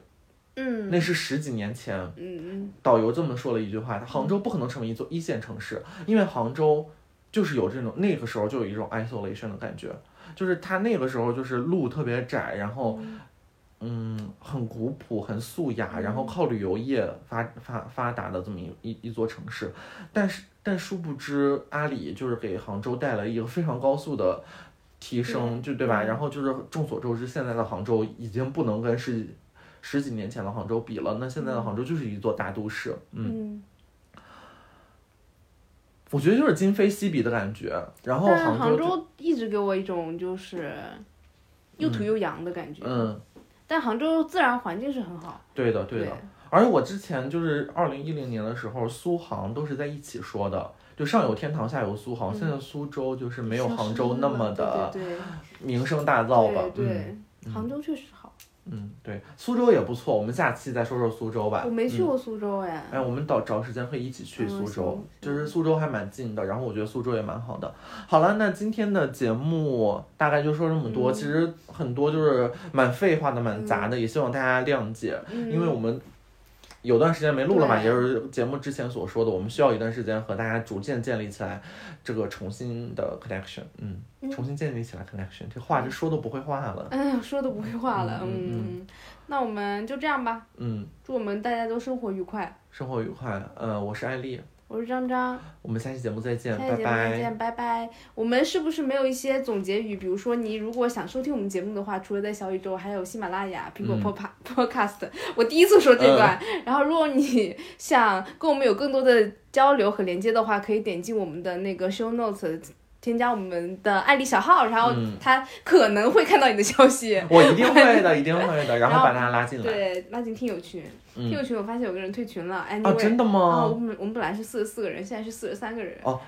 Speaker 1: 嗯
Speaker 2: 那是十几年前
Speaker 1: 嗯
Speaker 2: 导游这么说了一句话，杭州不可能成为一座一线城市，因为杭州就是有这种那个时候就有一种 isolation 的感觉，就是它那个时候就是路特别窄，然后嗯很古朴、很素雅，然后靠旅游业发发发达的这么一一一座城市，但是但殊不知阿里就是给杭州带来一个非常高速的。提升就对吧？然后就是众所周知，现在的杭州已经不能跟世十几年前的杭州比了，那现在的杭州就是一座大都市。
Speaker 1: 嗯嗯，
Speaker 2: 我觉得就是今非昔比的感觉。然后
Speaker 1: 但是
Speaker 2: 杭
Speaker 1: 杭
Speaker 2: 就
Speaker 1: 州一直给我一种就是又土又洋的感觉，
Speaker 2: 嗯，
Speaker 1: 但杭州自然环境是很好，
Speaker 2: 对的，对的。而且我之前就是二零一零年的时候，苏杭都是在一起说的，就上有天堂，下有苏杭。
Speaker 1: 嗯
Speaker 2: 现在苏州就是没有
Speaker 1: 像
Speaker 2: 杭
Speaker 1: 是
Speaker 2: 州那么的
Speaker 1: 对对
Speaker 2: 名声大噪了
Speaker 1: 对。对
Speaker 2: 嗯
Speaker 1: 对，杭州确实好，
Speaker 2: 嗯，对，苏州也不错。我们下期再说说苏州吧。
Speaker 1: 我没去
Speaker 2: 嗯
Speaker 1: 过苏州哎，
Speaker 2: 哎，我们找找时间可以一起去
Speaker 1: 嗯
Speaker 2: 苏州
Speaker 1: 行，
Speaker 2: 就是苏州还蛮近的，然后我觉得苏州也蛮好的。好了，那今天的节目大概就说这么多，
Speaker 1: 嗯
Speaker 2: 其实很多就是蛮废话的，蛮杂的，也希望大家谅解，
Speaker 1: 嗯
Speaker 2: 因为我们。有段时间没录了嘛，
Speaker 1: 对
Speaker 2: 也就是节目之前所说的，我们需要一段时间和大家逐渐建立起来这个重新的 connection，嗯，
Speaker 1: 嗯
Speaker 2: 重新建立起来 connection，这话就说都不会话了，
Speaker 1: 哎说的不会话了，
Speaker 2: 嗯嗯
Speaker 1: 嗯，那我们就这样吧，
Speaker 2: 嗯，
Speaker 1: 祝我们大家都生活愉快，
Speaker 2: 生活愉快，呃，我是艾丽，
Speaker 1: 我是张张。
Speaker 2: 我们下期节目再见，
Speaker 1: 下期节目再见，拜拜。我们是不是没有一些总结语？比如说，你如果想收听我们节目的话，除了在小宇宙，还有喜马拉雅、苹果
Speaker 2: 嗯
Speaker 1: Pod、Podcast。我 第一次说这段。然后，如果你 想跟我们有更多的交流和连接的话，可以点进我们的那个 Show Notes。添加我们的艾丽小号，然后
Speaker 2: 嗯
Speaker 1: 他可能会看到你的消息，
Speaker 2: 我一定会的，一定会 的，然后
Speaker 1: 然后
Speaker 2: 把大家拉进来。
Speaker 1: 对，拉进听友群。
Speaker 2: 嗯
Speaker 1: 听友群我发现有个人退群了，anyway，
Speaker 2: 啊，真的
Speaker 1: 啊，
Speaker 2: 吗？
Speaker 1: 我们我们本来是四十四个人，现在是四十三个人。
Speaker 2: 哦，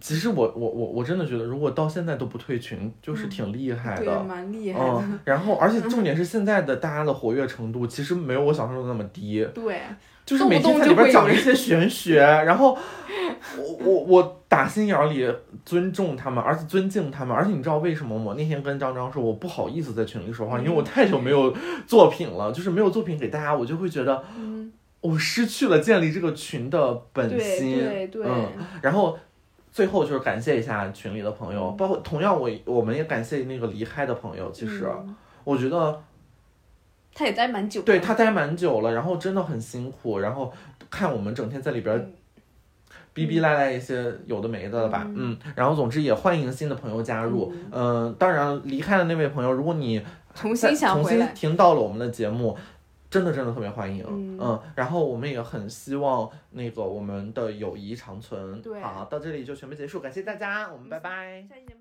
Speaker 2: 其实我我我我真的觉得，如果到现在都不退群，就是挺厉害
Speaker 1: 对，
Speaker 2: 的。
Speaker 1: 蛮厉害的。
Speaker 2: 嗯，然后而且重点是现在的大家的活跃程度其实没有我想象中那么低，
Speaker 1: 对，
Speaker 2: 就是
Speaker 1: 动不
Speaker 2: 每天
Speaker 1: 动
Speaker 2: 在
Speaker 1: 就
Speaker 2: 里边
Speaker 1: 会有
Speaker 2: 讲一
Speaker 1: 人
Speaker 2: 些玄学， 然后我我我打心眼儿里尊重他们，而且尊敬他们，而且你知道为什么吗？那天跟张张说，我不好意思在群里说话，因为我太久没有作品了，就是没有作品给大家，我就会觉得
Speaker 1: 嗯，
Speaker 2: 我失去了建立这个群的本
Speaker 1: 对
Speaker 2: 心。
Speaker 1: 对对，
Speaker 2: 嗯然后最后就是感谢一下群里的朋友，
Speaker 1: 嗯
Speaker 2: 包括同样我我们也感谢那个离开的朋友。其实、
Speaker 1: 嗯
Speaker 2: 我觉得
Speaker 1: 他也待蛮久的，嗯
Speaker 2: 对他待蛮久了，然后真的很辛苦，然后看我们整天在里边儿
Speaker 1: 嗯
Speaker 2: 逼逼赖赖一些有的没的了吧，嗯然后总之也欢迎新的朋友加入，嗯、当然离开的那位朋友，如果你呃
Speaker 1: 重
Speaker 2: 在
Speaker 1: 新想
Speaker 2: 重
Speaker 1: 回
Speaker 2: 新
Speaker 1: 来，
Speaker 2: 听到了我们的节目，真的真的特别欢迎，
Speaker 1: 嗯
Speaker 2: 然后我们也很希望那个我们的友谊长存，
Speaker 1: 对
Speaker 2: 好，到这里就全部结束，感谢大家，我们拜拜。
Speaker 1: 下期节目